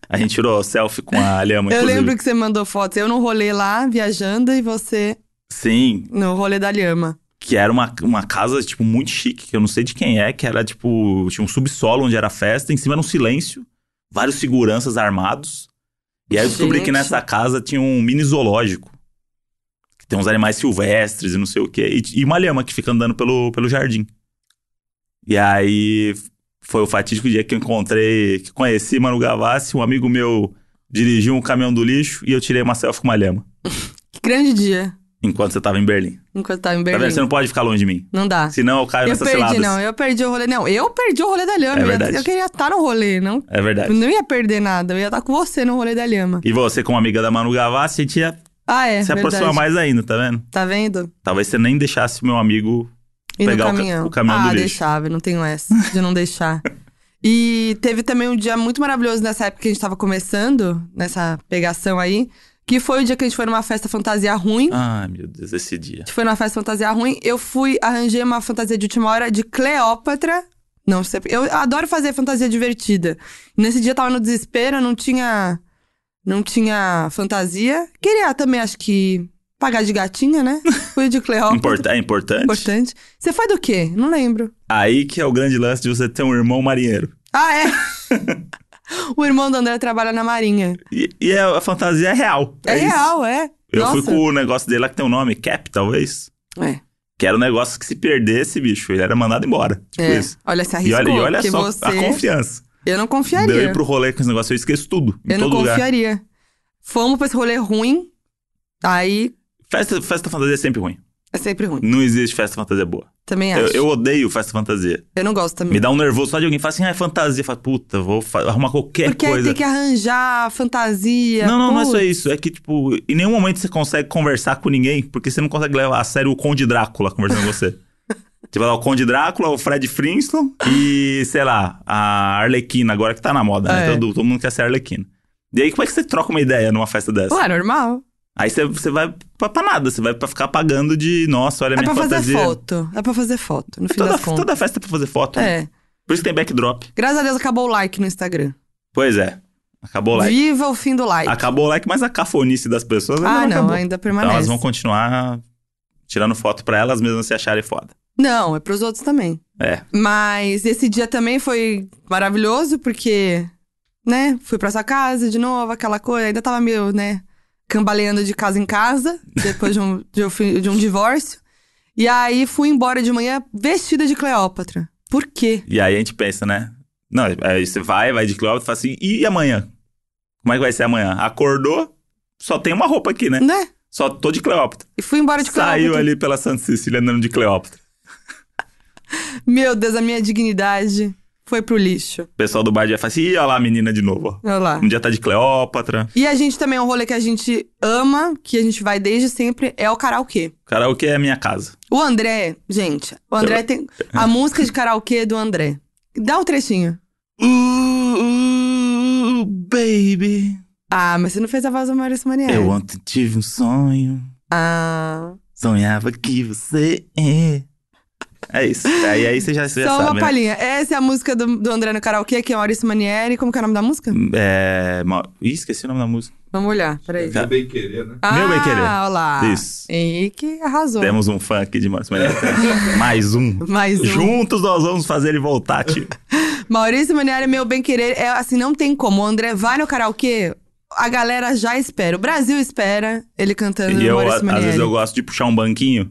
a gente tirou selfie com a lhama, eu inclusive. lembro que você mandou fotos. Eu no rolê lá, viajando, e você Sim, no rolê da Lhama. que era uma, uma casa, tipo, muito chique, que eu não sei de quem é, que era, tipo, tinha um subsolo onde era a festa, em cima era um silêncio, vários seguranças armados. E aí eu descobri Gente. que nessa casa tinha um mini zoológico. Que tem uns animais silvestres e não sei o quê. E, e uma lhama que fica andando pelo, pelo jardim. E aí foi o fatídico dia que eu encontrei, que conheci Manu Gavassi, um amigo meu dirigiu um caminhão do lixo e eu tirei uma selfie com uma lhama. Que grande dia, Enquanto você tava em Berlim. enquanto eu tava Tá em Berlim. vendo? Você não pode ficar longe de mim. Não dá. Senão eu caio Eu nessas perdi, ciladas. não. Eu perdi o rolê. Não, eu perdi o rolê da Lhama. É Eu ia- verdade. eu queria estar no rolê, não. É Eu verdade. não ia perder nada. Eu ia estar com você no rolê da Lhama. E você, como amiga da Manu Gavassi, a gente ia Ah, é. se verdade. aproximar mais ainda, tá vendo? Tá vendo? Talvez você nem deixasse meu amigo. E no Pegar o ca- caminhão. o caminhão ah, do lixo. deixava, eu não tenho essa de não deixar. E teve também um dia muito maravilhoso nessa época que a gente tava começando, nessa pegação aí, que foi o dia que a gente foi numa festa fantasia ruim. Ai, meu Deus, esse dia. gente foi numa festa fantasia ruim, eu fui, arranjei uma fantasia de última hora de Cleópatra. Não sei. Eu adoro fazer fantasia divertida. Nesse dia eu tava no desespero, não tinha. Não tinha fantasia. Queria também, acho que. Pagar de gatinha, né? Fui de Cleópatra. Import- é importante? Importante. Você foi do quê? Não lembro. Aí que é o grande lance de você ter um irmão marinheiro. Ah, é? o irmão do André trabalha na Marinha. E, e é- a fantasia é real. É, isso. real, é. Eu Nossa. fui com o negócio dele lá que tem um nome, Cap, talvez. É, Que era um negócio que se perdesse, bicho, ele era mandado embora. Tipo é. isso. Olha, se E arriscou. olha, e olha porque só a você... confiança. Eu não Deu confiaria. ir pro rolê com esse negócio, eu esqueço tudo. Em Eu não todo lugar. confiaria. Fomos pra esse rolê ruim, aí Festa, festa fantasia é sempre ruim. é sempre ruim. Não existe festa fantasia boa. Também acho. Eu, Eu, eu odeio festa fantasia. não gosto Me também. dá um nervoso só de alguém falar assim, ah, é fantasia. Fala, puta, vou fa- arrumar qualquer Porque aí coisa. tem que arranjar fantasia. Não, não, não é só putz. isso. É que, tipo, em nenhum momento você consegue conversar com ninguém, porque você não consegue levar a sério o Conde Drácula conversando com você. Tipo, lá, o Conde Drácula, o Fred Flintstone e, sei lá, a Arlequina, agora que tá na moda, né? É. Todo, todo mundo quer ser Arlequina. E aí, como é que você troca uma ideia numa festa dessa? Ué, normal. Aí você, você vai pra, pra nada, você vai pra ficar pagando de, nossa, olha a É minha pra fazer fantasia. foto. É pra fazer foto, no fim Toda, das contas. toda festa é pra fazer foto. né? É. Por isso que tem backdrop. Graças a Deus acabou o like no Instagram. Pois é. Acabou o like. Viva o fim do like. Acabou o like, mas a cafonice das pessoas ainda Ah, não, acabou. ainda Então permanece. elas vão continuar tirando foto pra elas mesmas se acharem foda. Não, é pros outros também. É. Mas esse dia também foi maravilhoso, porque, né, fui pra sua casa de novo, aquela coisa. Ainda tava meio, né, cambaleando de casa em casa, depois de um, de um fi- de um divórcio. E aí fui embora de manhã vestida de Cleópatra. Por quê? E aí a gente pensa, né? Não, aí você vai, vai de quilômetro e fala assim, e amanhã? Como é que vai ser amanhã? Acordou, só tem uma roupa aqui, né? Né? Só tô de Cleópatra. E fui embora de Cleópatra. Saiu ali pela Santa Cecília andando de Cleópatra. Meu Deus, a minha dignidade foi pro lixo. O pessoal do bar já fala assim, ih, olha lá a menina de novo, ó. Olha lá. Um dia tá de Cleópatra. E a gente também, um rolê que a gente ama, que a gente vai desde sempre, é o karaokê. Karaokê é a minha casa. O André, gente, o André tem a música de karaokê do André. Dá um trechinho. Uh, baby. Ah, mas você não fez a voz do Maurício Manieri. Eu ontem tive um sonho. Ah. Sonhava que você é. É isso. Aí, aí você já, você já Só sabe. uma né? palhinha. Essa é a música do, do André no karaokê, que é Maurício Manieri. Como que é o nome da música? É. Ma... Ih, esqueci o nome da música. Vamos olhar, peraí. Tá. Bem querer, né? Ah, Meu Bem Querer. olha lá. Isso. Henrique arrasou. Temos um fã aqui de Maurício Manieri. Mais um. Ah. Mais um. Juntos nós vamos fazer ele voltar, tio. Maurício Manieri, meu bem querer, é assim, não tem como. O André vai no karaokê, a galera já espera. O Brasil espera ele cantando e eu, a- Maurício às Manieri. vezes, eu gosto de puxar um banquinho.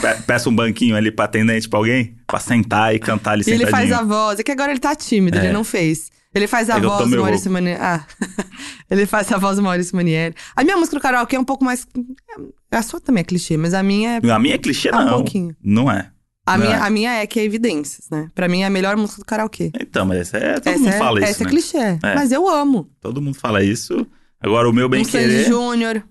Pe- Peço um banquinho ali pra atendente, pra alguém, pra sentar e cantar ali e ele sentadinho. faz a voz. É que agora ele tá tímido, É. ele não fez. Ele faz a É que eu tô voz do meio Maurício Manieri. Ah, ele faz a voz do Maurício Manieri. A minha música do karaokê é um pouco mais. A sua também é clichê, mas a minha é. A minha é clichê, Ah, um não. pouquinho. Não é. A, Não minha, é. a minha é que é Evidências, né? Pra mim é a melhor música do karaokê. Então, mas essa é, todo essa mundo é, fala isso, essa né? é clichê, É. mas eu amo. Todo mundo fala isso. Agora, o meu bem um Sandy querer... Júnior,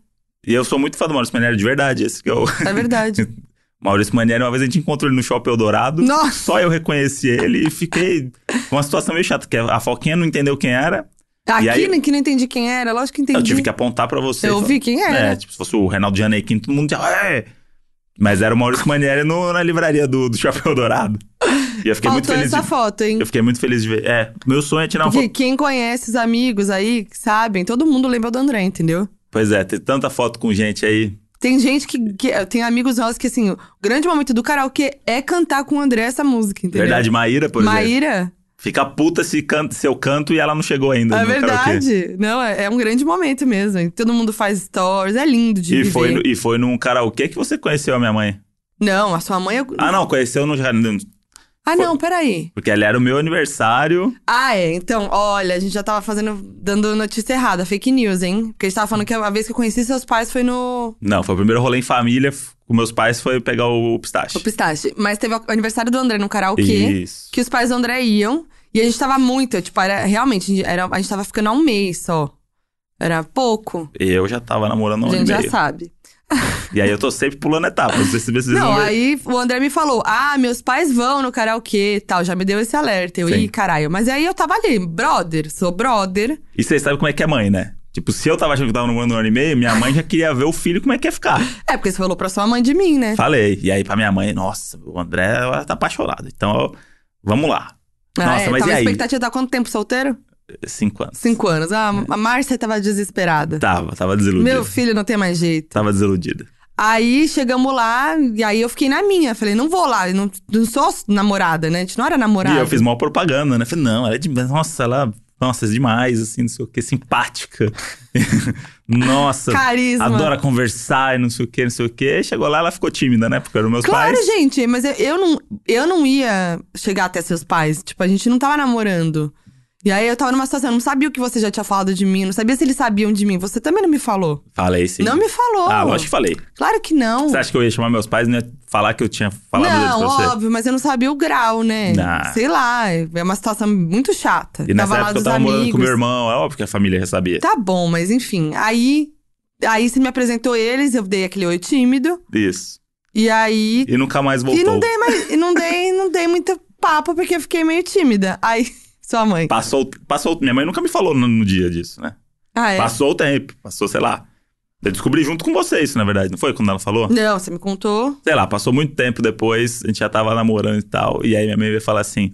E eu sou muito fã do Maurício Manieri, de verdade. Esse que eu... é verdade. Maurício Manieri, uma vez a gente encontrou ele no Shopping Eldorado. Nossa! Só eu reconheci ele e fiquei com uma situação meio chata, que a Foquinha não entendeu quem era. Aqui E aí- nem- que não entendi quem era, lógico que entendi. Eu tive que apontar pra você. Eu vi né? quem era. É, tipo, se fosse o Reinaldo Janequim, todo mundo já... "É!" Mas era o Maurício Manieri no- na livraria do, do Shopping Eldorado. E eu fiquei muito Faltou feliz essa de... foto, hein? Eu fiquei muito feliz de ver. É, meu sonho é tirar uma Porque foto. quem conhece os amigos aí, que sabem, todo mundo lembra do André, entendeu? Pois é, tem tanta foto com gente aí. Tem gente que, que- Tem amigos nossos que, assim, o grande momento do karaokê é cantar com o André essa música, entendeu? Verdade, Maíra, por exemplo. Maíra, Fica puta se, can- se eu canto e ela não chegou ainda. né? é no karaokê. verdade. Não, é, é um grande momento mesmo. hein? Todo mundo faz stories, é lindo de E viver. foi, no- e foi num karaokê que você conheceu a minha mãe. Não, a sua mãe... Eu... Ah, não, conheceu no Ah, não, peraí. Porque ele era o meu aniversário. Ah, é. Então, olha, a gente já tava fazendo... Dando notícia errada, fake news, hein? Porque a gente tava falando que a vez que eu conheci seus pais foi no... Não, foi o primeiro rolê em família f- com meus pais, foi pegar o pistache. O pistache. Mas teve o aniversário do André no karaokê. Isso. Que os pais do André iam. E a gente tava muito, tipo, era, realmente, a gente- era, a gente tava ficando há um mês só. Era pouco. E eu já tava namorando há um a ano e gente já meio. sabe. E aí eu tô sempre pulando etapas. Vocês, vocês Não, vão ver. aí o André me falou: Ah, meus pais vão no karaokê e tal. Já me deu esse alerta. Eu, Sim. ih, caralho. Mas aí eu tava ali, brother, sou brother. E vocês sabem como é que é mãe, né? Tipo, se eu tava achando que eu tava namorando um ano e meio, minha mãe já queria ver o filho como é que ia ficar. É, porque você falou pra sua mãe de mim, né? Falei. E aí pra minha mãe, nossa, o André ela tá apaixonado. Então, ó, vamos lá. Nossa, é, mas tava e a aí? expectativa tá quanto tempo solteiro? Cinco anos. Cinco anos. Ah, É. a Márcia tava desesperada. Tava, tava desiludida. Meu filho não tem mais jeito. Tava desiludida. Aí chegamos lá, e aí eu fiquei na minha. Falei, não vou lá, eu não, não sou namorada, né? A gente não era namorada. E eu fiz mal propaganda, né? Falei, não, ela é de... Nossa, ela... Nossa, é demais, assim, não sei o que, simpática. nossa, Carisma. adora conversar e não sei o que, não sei o que. Chegou lá, ela ficou tímida, né? Porque eram meus Claro, pais. gente, mas eu, eu não, eu não ia chegar até seus pais. Tipo, a gente não tava namorando. E aí eu tava numa situação, eu não sabia o que você já tinha falado de mim, eu não sabia se eles sabiam de mim. Você também não me falou. Falei sim. Não me falou. Ah, lógico que falei. Claro que não. Você acha que eu ia chamar meus pais e não ia falar que eu tinha falado deles não, pra você? é. óbvio, mas eu não sabia o grau, né? Nah. Sei lá, é uma situação muito chata. E nessa tava lá época eu dos tava morando com amigos. meu irmão, é óbvio que a família já sabia. Tá bom, mas enfim. Aí, aí você me apresentou eles, eu dei aquele oi tímido. Isso. E aí. E nunca mais E não voltou. dei mais. e não dei, não dei muito papo porque eu fiquei meio tímida. Aí, sua mãe. Passou, passou. Minha mãe nunca me falou no, no dia disso, né? Ah, é? Passou o tempo, passou, sei lá. Eu descobri junto com você isso, na verdade, não foi? Quando ela falou? Não, você me contou. Sei lá, passou muito tempo depois, a gente já tava namorando e tal. E aí minha mãe veio falar assim: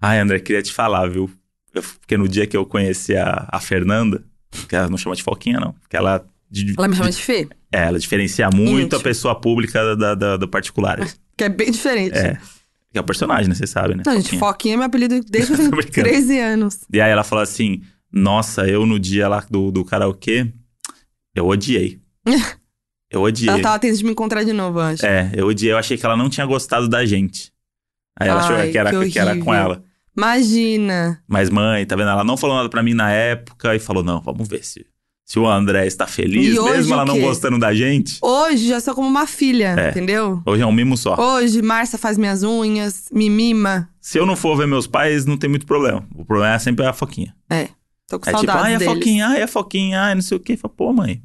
Ai, André, queria te falar, viu? Eu- porque no dia que eu conheci a, a Fernanda, que ela não chama de Foquinha, não, porque ela. di- Ela me chama de Fê, é, ela diferencia muito Íntimo. a pessoa pública da, da- do particular. que é bem diferente. É. Que é o personagem, né? Você sabe, né? Não, gente, Foquinha. Foquinha é meu apelido desde que eu Tô tenho brincando. 13 anos. E aí ela falou assim: Nossa, eu no dia lá do, do karaokê, eu odiei. Eu odiei. Ela tá tava tentando me encontrar de novo, eu acho. É, eu odiei. Eu achei que ela não tinha gostado da gente. Aí ela Ai, achou que era, que que era com horrível. ela. Imagina. Mas mãe, tá vendo? Ela não falou nada pra mim na época e falou, não, vamos ver se, se o André está feliz, E hoje mesmo ela o não quê? gostando da gente. Hoje já sou como uma filha, É. entendeu? Hoje é um mimo só. Hoje, Marcia faz minhas unhas, me mima. Se eu não for ver meus pais, não tem muito problema. O problema é sempre a Foquinha. É. Tô com É tipo, saudades ai, a deles. Foquinha, ai, a Foquinha, ai, não sei o quê. Fala, pô, mãe.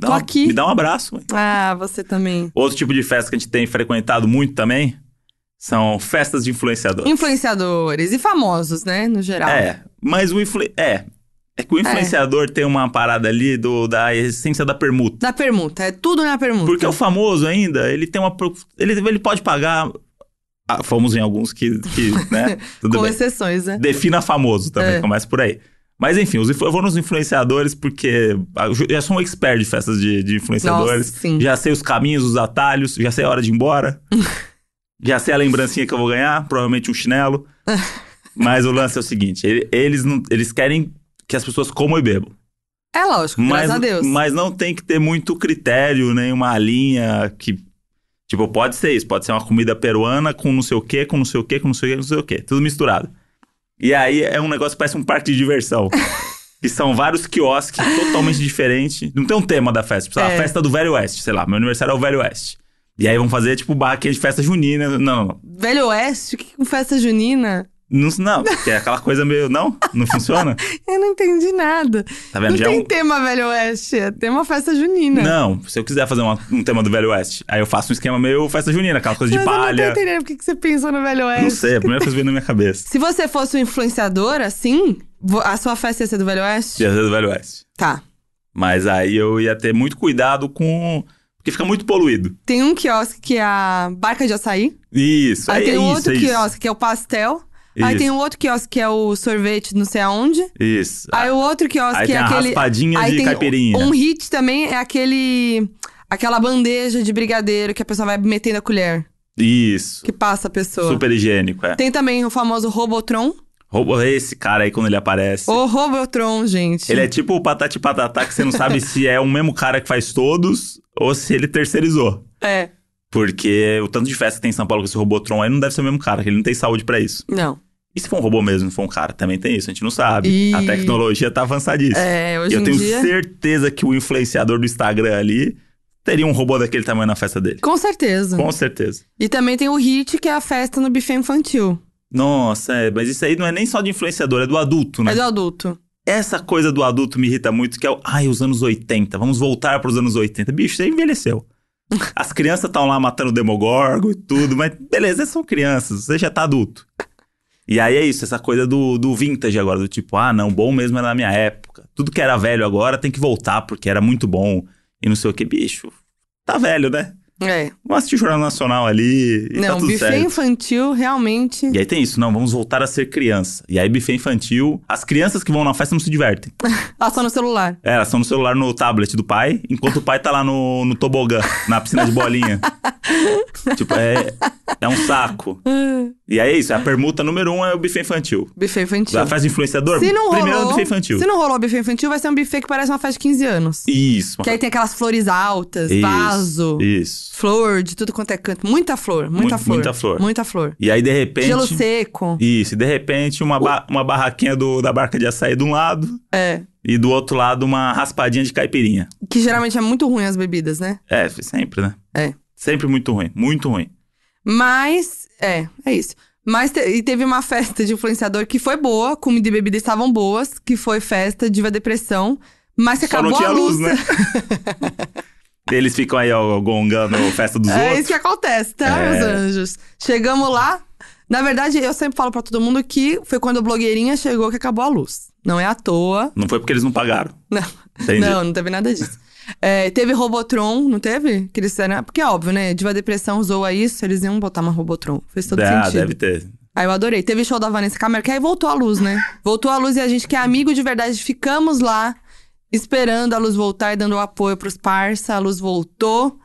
dá Tô um- aqui. Me dá um abraço, mãe. Ah, você também. Outro tipo de festa que a gente tem frequentado muito também são festas de influenciadores. Influenciadores e famosos, né, no geral. É, mas o influ... é. É que o influenciador tem uma parada ali do, da essência da permuta. Da permuta, é tudo na permuta. Porque o famoso ainda, ele tem uma. pro- Ele, ele pode pagar. Ah, fomos em alguns que. que né? Tudo Com bem. exceções, né? Defina famoso também, É. começa por aí. Mas enfim, os influ- eu vou nos influenciadores porque ah, eu já sou um expert de festas de, de influenciadores. Nossa, sim. Já sei os caminhos, os atalhos, já sei a hora de ir embora. já sei a lembrancinha que eu vou ganhar, provavelmente um chinelo. Mas o lance é o seguinte: ele- eles, não, eles querem que as pessoas comam e bebam. É lógico, Mas, graças a Deus. mas não tem que ter muito critério, nem uma linha que. Tipo, pode ser isso, pode ser uma comida peruana com não sei o quê, com não sei o quê, com não sei o quê, com não sei o quê. Tudo misturado. E aí é um negócio que parece um parque de diversão. que são vários quiosques totalmente diferentes. Não tem um tema da festa. Tipo, sei lá, É. a festa do Velho Oeste, sei lá. Meu aniversário é o Velho Oeste. E aí vão fazer, tipo, barraquinha de festa junina. Não, não, não. Velho Oeste, que com festa junina? Não, não, porque é aquela coisa meio... Não? Não funciona? Eu não entendi nada. Tá vendo? não Já é tem um- tema Velho Oeste, é tema festa junina. Não, se eu quiser fazer uma- um tema do Velho Oeste, aí eu faço um esquema meio festa junina, aquela coisa de mas eu palha. não tô entendendo por que que você pensou no Velho Oeste. Não sei, é a primeira coisa que veio na minha cabeça. Se você fosse um influenciador, assim, vo- a sua festa ia ser do Velho Oeste? Dia do Velho Oeste. Tá. Mas aí eu ia ter muito cuidado com. Porque fica muito poluído. Tem um quiosque que é a barca de açaí. Isso, Aí é, tem é um isso, outro é isso. quiosque que é o pastel. Aí Isso. tem um outro quiosque que é o sorvete não sei aonde. Isso. Aí o outro quiosque Ah. Aí é tem a aquele. raspadinha Aí de tem caipirinha. Um hit também é aquele. Aquela bandeja de brigadeiro que a pessoa vai metendo a colher, Isso. que passa a pessoa. Super higiênico, é. Tem também o famoso Robotron. Roubo- Esse cara aí, quando ele aparece. O Robotron, gente. Ele é tipo o patati patatá, que você não sabe se é o mesmo cara que faz todos ou se ele terceirizou. É. Porque o tanto de festa que tem em São Paulo com esse Robotron aí não deve ser o mesmo cara, que ele não tem saúde pra isso. Não. E se for um robô mesmo, não for um cara, também tem isso, a gente não sabe. Ih. A tecnologia tá avançadíssima. É, hoje eu em tenho dia. certeza que o influenciador do Instagram ali teria um robô daquele tamanho na festa dele. Com certeza. Com certeza. E também tem o hit, que é a festa no buffet infantil. Nossa, é, mas isso aí não é nem só de influenciador, é do adulto, né? É do adulto. Essa coisa do adulto me irrita muito, que é o. Ai, os anos 80, vamos voltar pros anos 80. Bicho, você envelheceu. As crianças estão lá matando o Demogorgo e tudo, mas beleza, são crianças, você já tá adulto. E aí é isso, essa coisa do, do vintage agora, do tipo, ah, não, bom mesmo era na minha época. Tudo que era velho agora tem que voltar porque era muito bom e não sei o que. Bicho, tá velho, né? É. Vamos assistir o Jornal Nacional ali e tá não, é tudo buffet certo. infantil realmente. E aí tem isso, não, vamos voltar a ser criança. E aí buffet infantil, as crianças que vão na festa não se divertem. Ah, só no celular. É, elas estão no celular no tablet do pai, enquanto o pai tá lá no, no tobogã, na piscina de bolinha. tipo, é, é um saco. E aí é isso, a permuta número um é o buffet infantil. Buffet infantil. A festa de influenciador, Se não primeiro é o rolou, buffet infantil. Se não rolou buffet infantil, vai ser um buffet que parece uma festa de 15 anos. Isso. Que é aí tem aquelas flores altas, isso, vaso, Isso. flor, de tudo quanto é canto. Muita flor, muita Mu- flor. muita flor. Muita flor. E aí, de repente... Gelo seco. Isso, e de repente uma, ba- uma barraquinha do- da barca de açaí de um lado É. e do outro lado uma raspadinha de caipirinha. Que geralmente é muito ruim as bebidas, né? É, sempre, né? É. Sempre muito ruim, muito ruim. Mas, é, é isso. Mas te- e teve uma festa de influenciador que foi boa, comida e bebida estavam boas, que foi festa Diva Depressão, mas que Só acabou não tinha a luz, luz, né? Eles ficam aí, ó, gongando festa dos É outros. isso que acontece, tá, É. meus anjos? Chegamos lá. Na verdade, eu sempre falo pra todo mundo que foi quando a blogueirinha chegou que acabou a luz. Não é à toa. Não foi porque eles não pagaram. Não, Entendi. não, não teve nada disso. É, teve Robotron, não teve? Que eles fizeram- Porque é óbvio, né? Diva Depressão usou a isso, eles iam botar uma Robotron. Fez todo ah, sentido. deve ter. Aí eu adorei. Teve show da Vanessa Camargo, que aí voltou a luz, né? Voltou a luz e a gente que é amigo de verdade, ficamos lá esperando a luz voltar e dando apoio pros parça. A luz voltou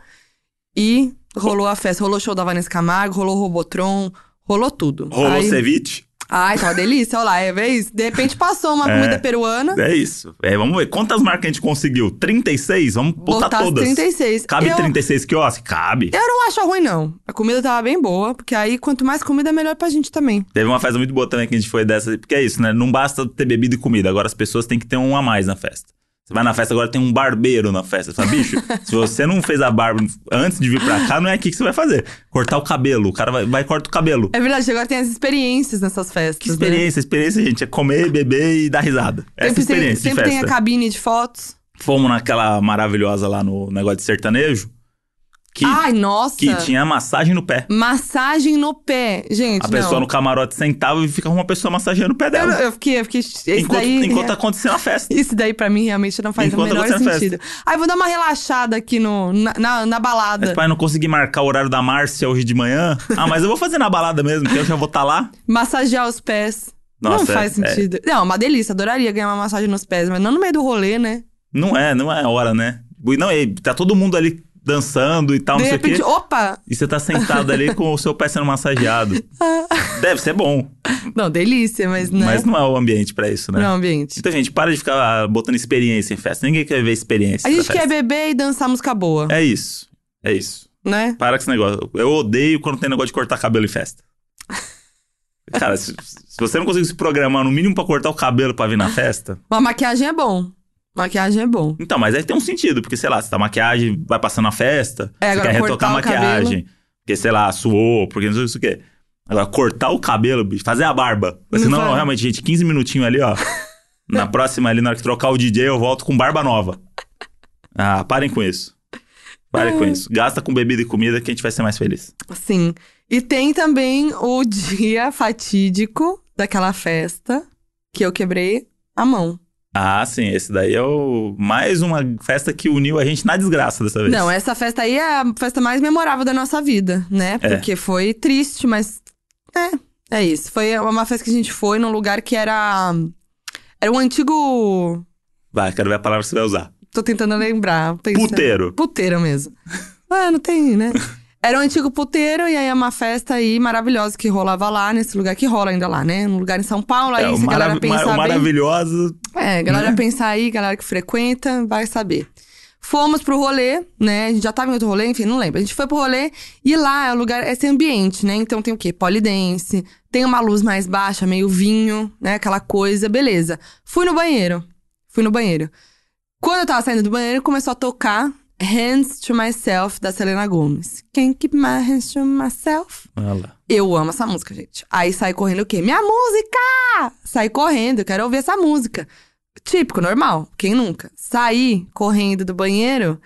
e rolou a festa. Rolou show da Vanessa Camargo, rolou Robotron, rolou tudo. Rolou aí, ceviche? Ai, tá uma delícia, olha lá, é vê isso. De repente passou uma É. comida peruana, É isso. É, vamos ver. Quantas marcas a gente conseguiu? 36? Vamos botar, botar as todas. 36. Cabe eu, 36 quiosques? Cabe. eu não acho ruim, não. A comida tava bem boa, porque aí quanto mais comida, melhor pra gente também. Teve uma festa muito boa também que a gente foi dessa. Porque é isso, né? Não basta ter bebida e comida. Agora as pessoas têm que ter um a mais na festa. Você vai na festa, agora tem um barbeiro na festa. Você fala, bicho, se você não fez a barba antes de vir pra cá, não é aqui que você vai fazer. Cortar o cabelo. O cara vai, vai e corta o cabelo. É verdade, agora tem as experiências nessas festas. Que experiência, experiência, gente. É comer, beber e dar risada. Né? Essa Sempre, tem- experiência sempre de tem festa. a cabine de fotos. Fomos naquela maravilhosa lá no negócio de sertanejo. Que, Ai, nossa. que tinha massagem no pé. Massagem no pé. Gente, A pessoa não. no camarote sentava e ficava uma pessoa massageando o pé Eu, dela. eu fiquei, eu fiquei. Esse enquanto daí, né, é- enquanto acontecendo a festa. Isso daí pra mim realmente não faz Enquanto o menor acontece na sentido. Aí vou dar uma relaxada aqui no, na, na- na Mas, balada. pai, não consegui marcar o horário da Márcia hoje de manhã. Ah, mas eu vou fazer na balada mesmo, porque eu já vou estar lá. Massagear os pés. não Nossa, é- faz é. sentido. Não, uma delícia. Adoraria ganhar uma massagem nos pés, mas não no meio do rolê, né? Não é, não é hora, né? E Não, e tá todo mundo ali dançando e tal, de Ah, não sei o repente, quê. opa! E você tá sentado ali com o seu pé sendo massageado. Ah. Deve ser bom, Não, delícia, mas não mas não é o ambiente pra isso, né? é o ambiente. Então, gente, para de ficar botando experiência em festa. Ninguém quer ver experiência. A gente da quer festa. beber e dançar música boa, É isso. É isso. né? Para com esse negócio. Eu odeio quando tem negócio de cortar cabelo em festa. Cara, se, se você não conseguir se programar no mínimo pra cortar o cabelo pra vir na festa. Mas maquiagem é bom. Maquiagem é bom. Então, mas aí tem um sentido, porque sei lá, você tá maquiagem, vai passando a festa, você É, agora quer retocar a cortar o maquiagem. Porque sei lá, suou, porque não sei isso o quê. Agora, cortar o cabelo, bicho, fazer a barba. Você, Não não, vai. não, realmente, gente, 15 minutinhos ali, ó. na próxima ali, na hora que trocar o DJ, eu volto com barba nova. Ah, parem com isso. Parem com isso. Gasta com bebida e comida que a gente vai ser mais feliz. Sim. E tem também o dia fatídico daquela festa que eu quebrei a mão. Ah, sim, esse daí é o... mais uma festa que uniu a gente na desgraça dessa vez. Não, essa festa aí é a festa mais memorável da nossa vida, né? É. Porque foi triste, mas. É, é isso. Foi uma festa que a gente foi num lugar que era. Era um antigo. Vai, quero ver a palavra que você vai usar. Tô tentando lembrar. pensando- Puteiro. Puteiro mesmo. Ah, não tem, né? Era um antigo puteiro e aí é uma festa aí maravilhosa que rolava lá, nesse lugar que rola ainda lá, né? Um lugar em São Paulo, aí é, o se a galera marav- ma- pensar o bem... maravilhoso. É, galera pensar aí, galera que frequenta, vai saber. Fomos pro rolê, né? A gente já tava em outro rolê, enfim, não lembro. A gente foi pro rolê e lá é o lugar, esse ambiente, né? Então tem o quê? Polidense, tem uma luz mais baixa, meio vinho, né? Aquela coisa, beleza. Fui no banheiro. Fui no banheiro. Quando eu tava saindo do banheiro, começou a tocar Hands to Myself da Selena Gomez. Can't keep my hands to myself. Olha lá. Eu amo essa música, gente. Aí sai correndo o quê? Minha música! Sai correndo, eu quero ouvir essa música. Típico, normal, quem nunca? Saí correndo do banheiro,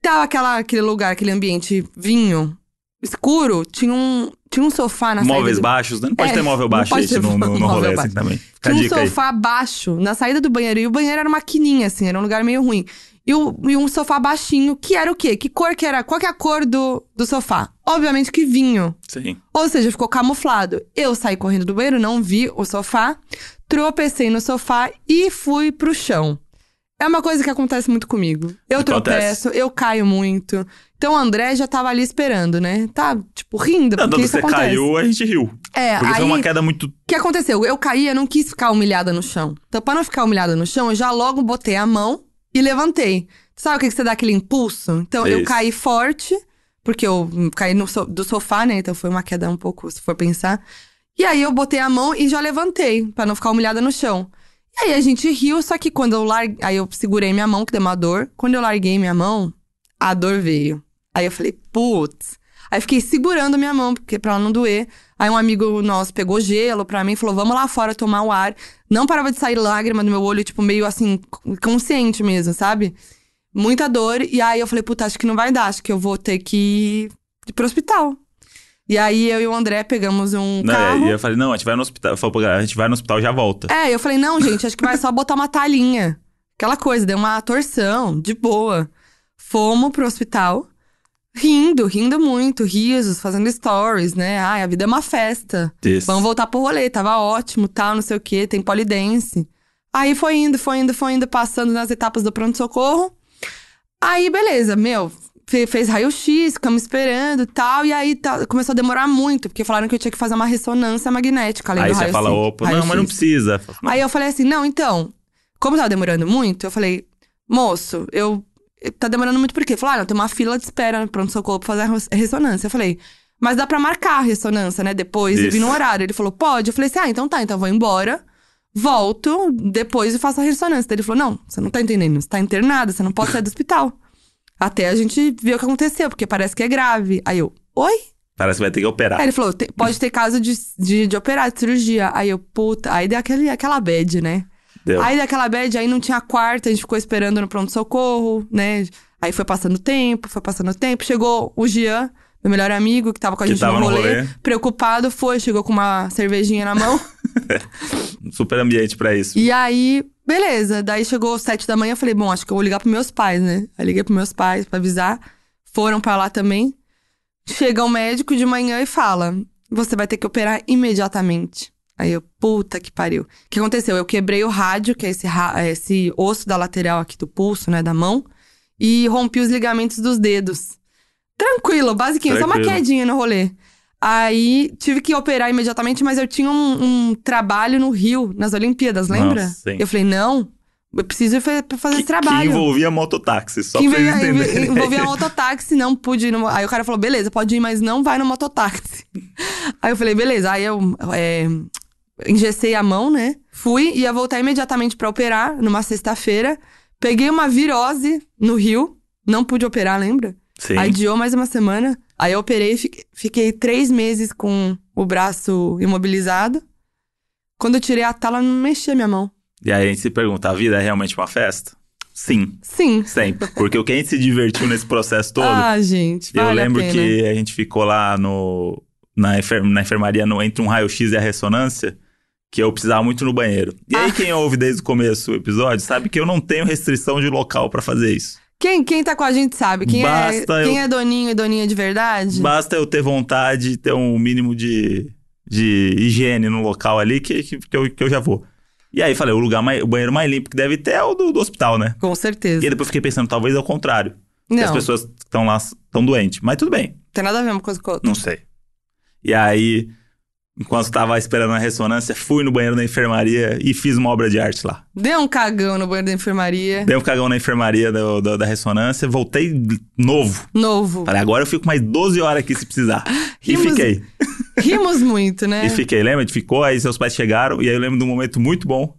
tava aquela, aquele lugar, aquele ambiente vinho, escuro, tinha um, tinha um sofá na Móveis saída. do- baixos, né? Não pode É, ter móvel não baixo, pode gente, ter no, no, no móvel rolê baixo. assim também. Fica a Tinha um dica aí. sofá baixo na saída do banheiro. E o banheiro era uma quininha, assim, era um lugar meio ruim. E, o- e um sofá baixinho, que era o quê? Que cor que era? Qual que é a cor do, do sofá? Obviamente que vinho. Sim. Ou seja, ficou camuflado. Eu saí correndo do banheiro, não vi o sofá, tropecei no sofá e fui pro chão. É uma coisa que acontece muito comigo. Eu Acontece. tropeço, eu caio muito. Então o André já tava ali esperando, né? Tá, tipo, rindo, Não, porque quando isso você acontece. caiu, a gente riu. É, Porque aí, foi uma queda muito... o que aconteceu? Eu caí, eu não quis ficar humilhada no chão. Então, pra não ficar humilhada no chão, eu já logo botei a mão e levantei. Sabe o que, que você dá aquele impulso? Então, eu Isso. caí forte, porque eu hum, caí no so- do sofá, né? Então, foi uma queda um pouco, se for pensar. E aí, eu botei a mão e já levantei, pra não ficar humilhada no chão. E aí, a gente riu, só que quando eu larguei... Aí, eu segurei minha mão, que deu uma dor. Quando eu larguei minha mão, a dor veio. Aí, eu falei, putz... Aí fiquei segurando a minha mão, porque pra ela não doer. Aí um amigo nosso pegou gelo pra mim e falou: vamos lá fora tomar o ar. Não parava de sair lágrima do meu olho, tipo, meio assim, consciente mesmo, sabe? Muita dor. E aí eu falei, puta, acho que não vai dar, acho que eu vou ter que ir pro hospital. E aí eu e o André pegamos um Né? carro. E eu falei, não, a gente vai no hospital. Eu falei, pra galera, a gente vai no hospital e já volta. É, eu falei, não, gente, acho que vai só botar uma talinha. Aquela coisa, deu uma torção, de boa. Fomos pro hospital, rindo, rindo muito, risos, fazendo stories, né? Ai, a vida é uma festa. Isso. É, Vamos voltar pro rolê, tava ótimo, tal, não sei o quê, tem polidense. Aí foi indo, foi indo, foi indo, passando nas etapas do pronto-socorro. Aí, beleza, meu, fe- fez raio-x, ficamos esperando e tal. E aí tal, começou a demorar muito, porque falaram que eu tinha que fazer uma ressonância magnética além Aí do você raio fala, opa, não, raio-x. mas não precisa. Aí eu falei assim, não, então, como tava demorando muito, eu falei, moço, eu. Tá demorando muito por quê? Falaram, ah, não, tem uma fila de espera pronto socorro pra fazer a res- ressonância. Eu falei, mas dá pra marcar a ressonância, né? Depois e vir no Isso. horário. Ele falou, pode. Eu falei assim, ah, então tá, então eu vou embora. Volto depois e faço a ressonância. Daí ele falou: Não, você não tá entendendo, você tá internada, você não pode sair do hospital. Até a gente ver o que aconteceu, porque parece que é grave. Aí eu, oi? Parece que vai ter que operar. Aí ele falou, "Te- pode ter caso de, de, de operar, de cirurgia. Aí eu, puta, aí deu aquele, aquela bad, né? Deu. Aí daquela bad, aí não tinha quarta, a gente ficou esperando no pronto-socorro, né? Aí foi passando tempo, foi passando tempo. Chegou o Jean, meu melhor amigo, que tava com a Que gente tava no no rolê, rolê. Preocupado, foi, chegou com uma cervejinha na mão. Um Super ambiente pra isso. e aí, beleza. Daí chegou sete da manhã, eu falei, bom, acho que eu vou ligar pros meus pais, né? Aí liguei pros meus pais pra avisar. Foram pra lá também. Chega o médico de manhã e fala: Você vai ter que operar imediatamente. Aí eu, puta que pariu. O que aconteceu? Eu quebrei o rádio, que é esse, ra- é esse osso da lateral aqui do pulso, né, da mão, e rompi os ligamentos dos dedos. Tranquilo, basiquinho, só uma Tranquilo. quedinha no rolê. Aí tive que operar imediatamente, mas eu tinha um, um trabalho no Rio, nas Olimpíadas, lembra? Nossa, sim. eu falei, não, eu preciso ir fa- pra fazer que, esse trabalho. que envolvia mototáxi, só Que pra envolvia, vocês entenderem. envolvia mototáxi, não pude ir no, Aí o cara falou, beleza, pode ir, mas não vai no mototáxi. aí eu falei, beleza. Aí eu é, engessei a mão, né? Fui, ia voltar imediatamente pra operar, numa sexta-feira. Peguei uma virose no Rio, não pude operar, lembra? Sim. Adiou mais uma semana. Aí eu operei, fiquei, fiquei três meses com o braço imobilizado. Quando eu tirei a tala, não mexia minha mão. E aí a gente se pergunta, a vida é realmente uma festa? Sim, Sim. sempre. Porque o que a gente se divertiu nesse processo todo, Ah, gente, eu vale a lembro pena. que a gente ficou lá no, na, enfer- na enfermaria no- entre um raio-x e a ressonância, que eu precisava muito no banheiro. E aí, Ah. quem ouve desde o começo do episódio sabe que eu não tenho restrição de local pra fazer isso. Quem, quem tá com a gente sabe. Quem, é, Basta eu- quem é doninho e doninha de verdade. Basta eu ter vontade de ter um mínimo de, de higiene no local ali que, que, que eu, que eu já vou. E aí falei, o lugar mais, o banheiro mais limpo que deve ter é o do, do hospital, né? Com E certeza. aí depois eu fiquei pensando, talvez é o contrário. que Não, as pessoas que estão lá estão doentes. Mas tudo bem, tem nada a ver uma coisa com a outra. não sei. E aí, enquanto estava esperando a ressonância, fui no banheiro da enfermaria e fiz uma obra de arte lá. Deu um cagão no banheiro da enfermaria. Dei um cagão na enfermaria do- do- da ressonância, voltei novo. Novo. Falei, agora eu fico mais 12 horas aqui se precisar. e Rimos- fiquei. Rimos muito, né? E fiquei, lembra? A gente ficou, aí seus pais chegaram, e aí eu lembro de um momento muito bom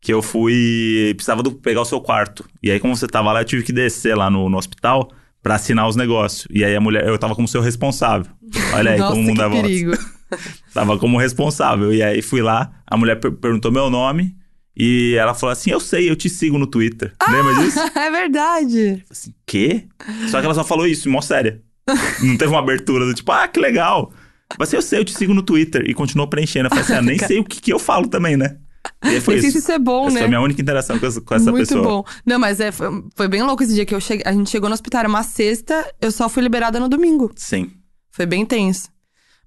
que eu fui. Precisava do- pegar o seu quarto. E aí, como você tava lá, eu tive que descer lá no, no hospital pra assinar os negócios. E aí a mulher, eu tava como seu responsável. Olha aí Nossa, como o mundo que dá volta. perigo. Tava como responsável. E aí fui lá, a mulher per- perguntou meu nome. E ela falou assim: Eu sei, eu te sigo no Twitter. Lembra disso? é verdade. Falei assim, quê? Só que ela só falou isso, mó séria. Não teve uma abertura do tipo, ah, que legal. Mas assim, eu sei, eu te sigo no Twitter. E continuou preenchendo. Eu falei assim, ah, nem sei o que, que eu falo também, né? E aí foi Nem sei isso. se isso é bom, Essa né? foi a minha única interação com essa, com essa Muito pessoa. bom. Não, mas é, foi, foi bem louco esse dia que eu cheguei. A gente chegou no hospital, era uma sexta, eu só fui liberada no domingo. Sim. Foi bem tenso.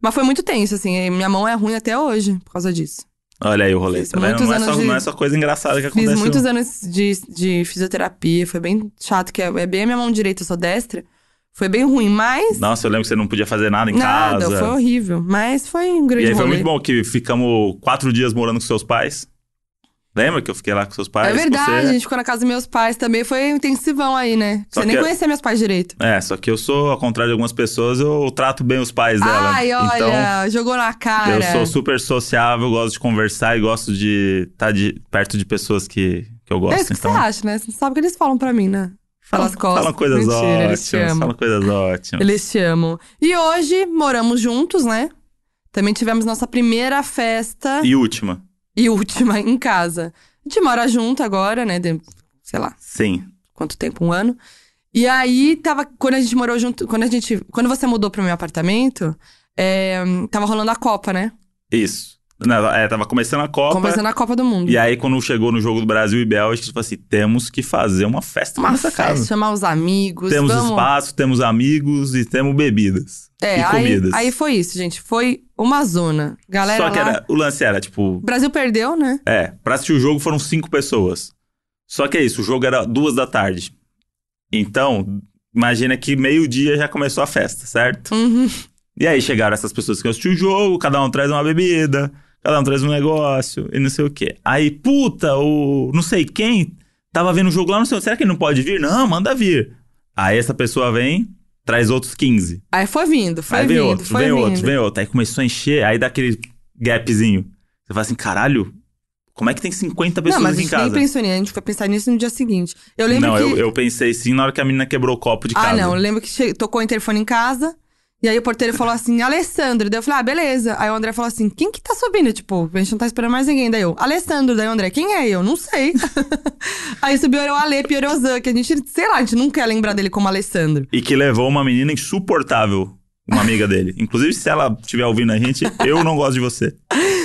Mas foi muito tenso, assim. e Minha mão é ruim até hoje por causa disso. Olha aí o rolê. Fiz Tá vendo? muitos Não é, só, anos de- não é só coisa engraçada que acontece. um Fiz no- muitos anos de, de fisioterapia, foi bem chato, que é, é bem a minha mão direita, eu sou destra. Foi bem ruim, mas Nossa, eu lembro que você não podia fazer nada em nada, casa. foi horrível. Mas foi um E grande aí foi rolê. muito bom que ficamos quatro dias morando com seus pais. Lembra que eu fiquei lá com seus pais? é verdade, a Você... gente ficou na casa dos meus pais também, foi um intensivão aí, né? Só Você nem que- conhecia meus pais direito. É, só que eu sou, ao contrário de algumas pessoas, eu trato bem os pais dela. Ai, Então, olha, jogou na cara. Eu sou super sociável, gosto de conversar e gosto de estar de, perto de pessoas que, que eu gosto. É isso que então, você acha, né? Você sabe o que eles falam pra mim, né? Fala as costas. Falam coisas Mentira, eles te ótimas. amam. Falam coisas ótimas. Eles te amam. E hoje moramos juntos, né? Também tivemos nossa primeira festa e, E última, última em casa. A gente mora junto agora, né? De- sei lá, sim. quanto tempo? Um ano. E aí tava. Quando a gente morou junto. Quando a gente. Quando você mudou pro meu apartamento, é, tava rolando a Copa, né? Isso. Não, é, tava começando a Copa. Conversando a Copa do Mundo. E aí, quando chegou no jogo do Brasil e Bélgica, tipo assim, temos que fazer uma festa Uma nessa festa, casa. chamar os amigos. Temos vamos... espaço, temos amigos e temos bebidas. É, e aí, comidas. aí foi isso, gente. Foi uma zona. Galera. Só que lá- era, o lance era, tipo, O Brasil perdeu, né? É, pra assistir o jogo foram cinco pessoas. Só que é isso, o jogo era duas da tarde. Então, Imagina que meio-dia já começou a festa, certo? Uhum. E aí chegaram essas pessoas que assistiu o jogo, cada um traz uma bebida, cada um traz um negócio e não sei o quê. Aí, puta, o não sei quem tava vendo o jogo lá, não sei onde, será que ele não pode vir? Não, manda vir. Aí essa pessoa vem, traz outros 15. Aí foi vindo, foi aí vem vindo, outro, foi vem vindo. outro, vem outro. Aí começou a encher, aí dá aquele gapzinho. Você fala assim, caralho, como é que tem 50 pessoas Não, mas a aqui em gente nem casa? pensou nisso, a gente foi pensar nisso no dia seguinte. Eu lembro não, que... eu, eu pensei sim na hora que a menina quebrou o copo de Ah, casa. não. eu Lembro que che- tocou o interfone em casa. E aí o porteiro falou assim, Alessandro. Daí eu falei, ah, beleza. Aí o André falou assim, quem que tá subindo? Tipo, a gente não tá esperando mais ninguém. Daí eu, Alessandro. Daí o André, quem é? Eu não sei. aí subiu era o Ale Pierozan, que a gente, sei lá, a gente não quer lembrar dele como Alessandro. E que levou uma menina insuportável, uma amiga dele. Inclusive, se ela estiver ouvindo a gente, eu não gosto de você.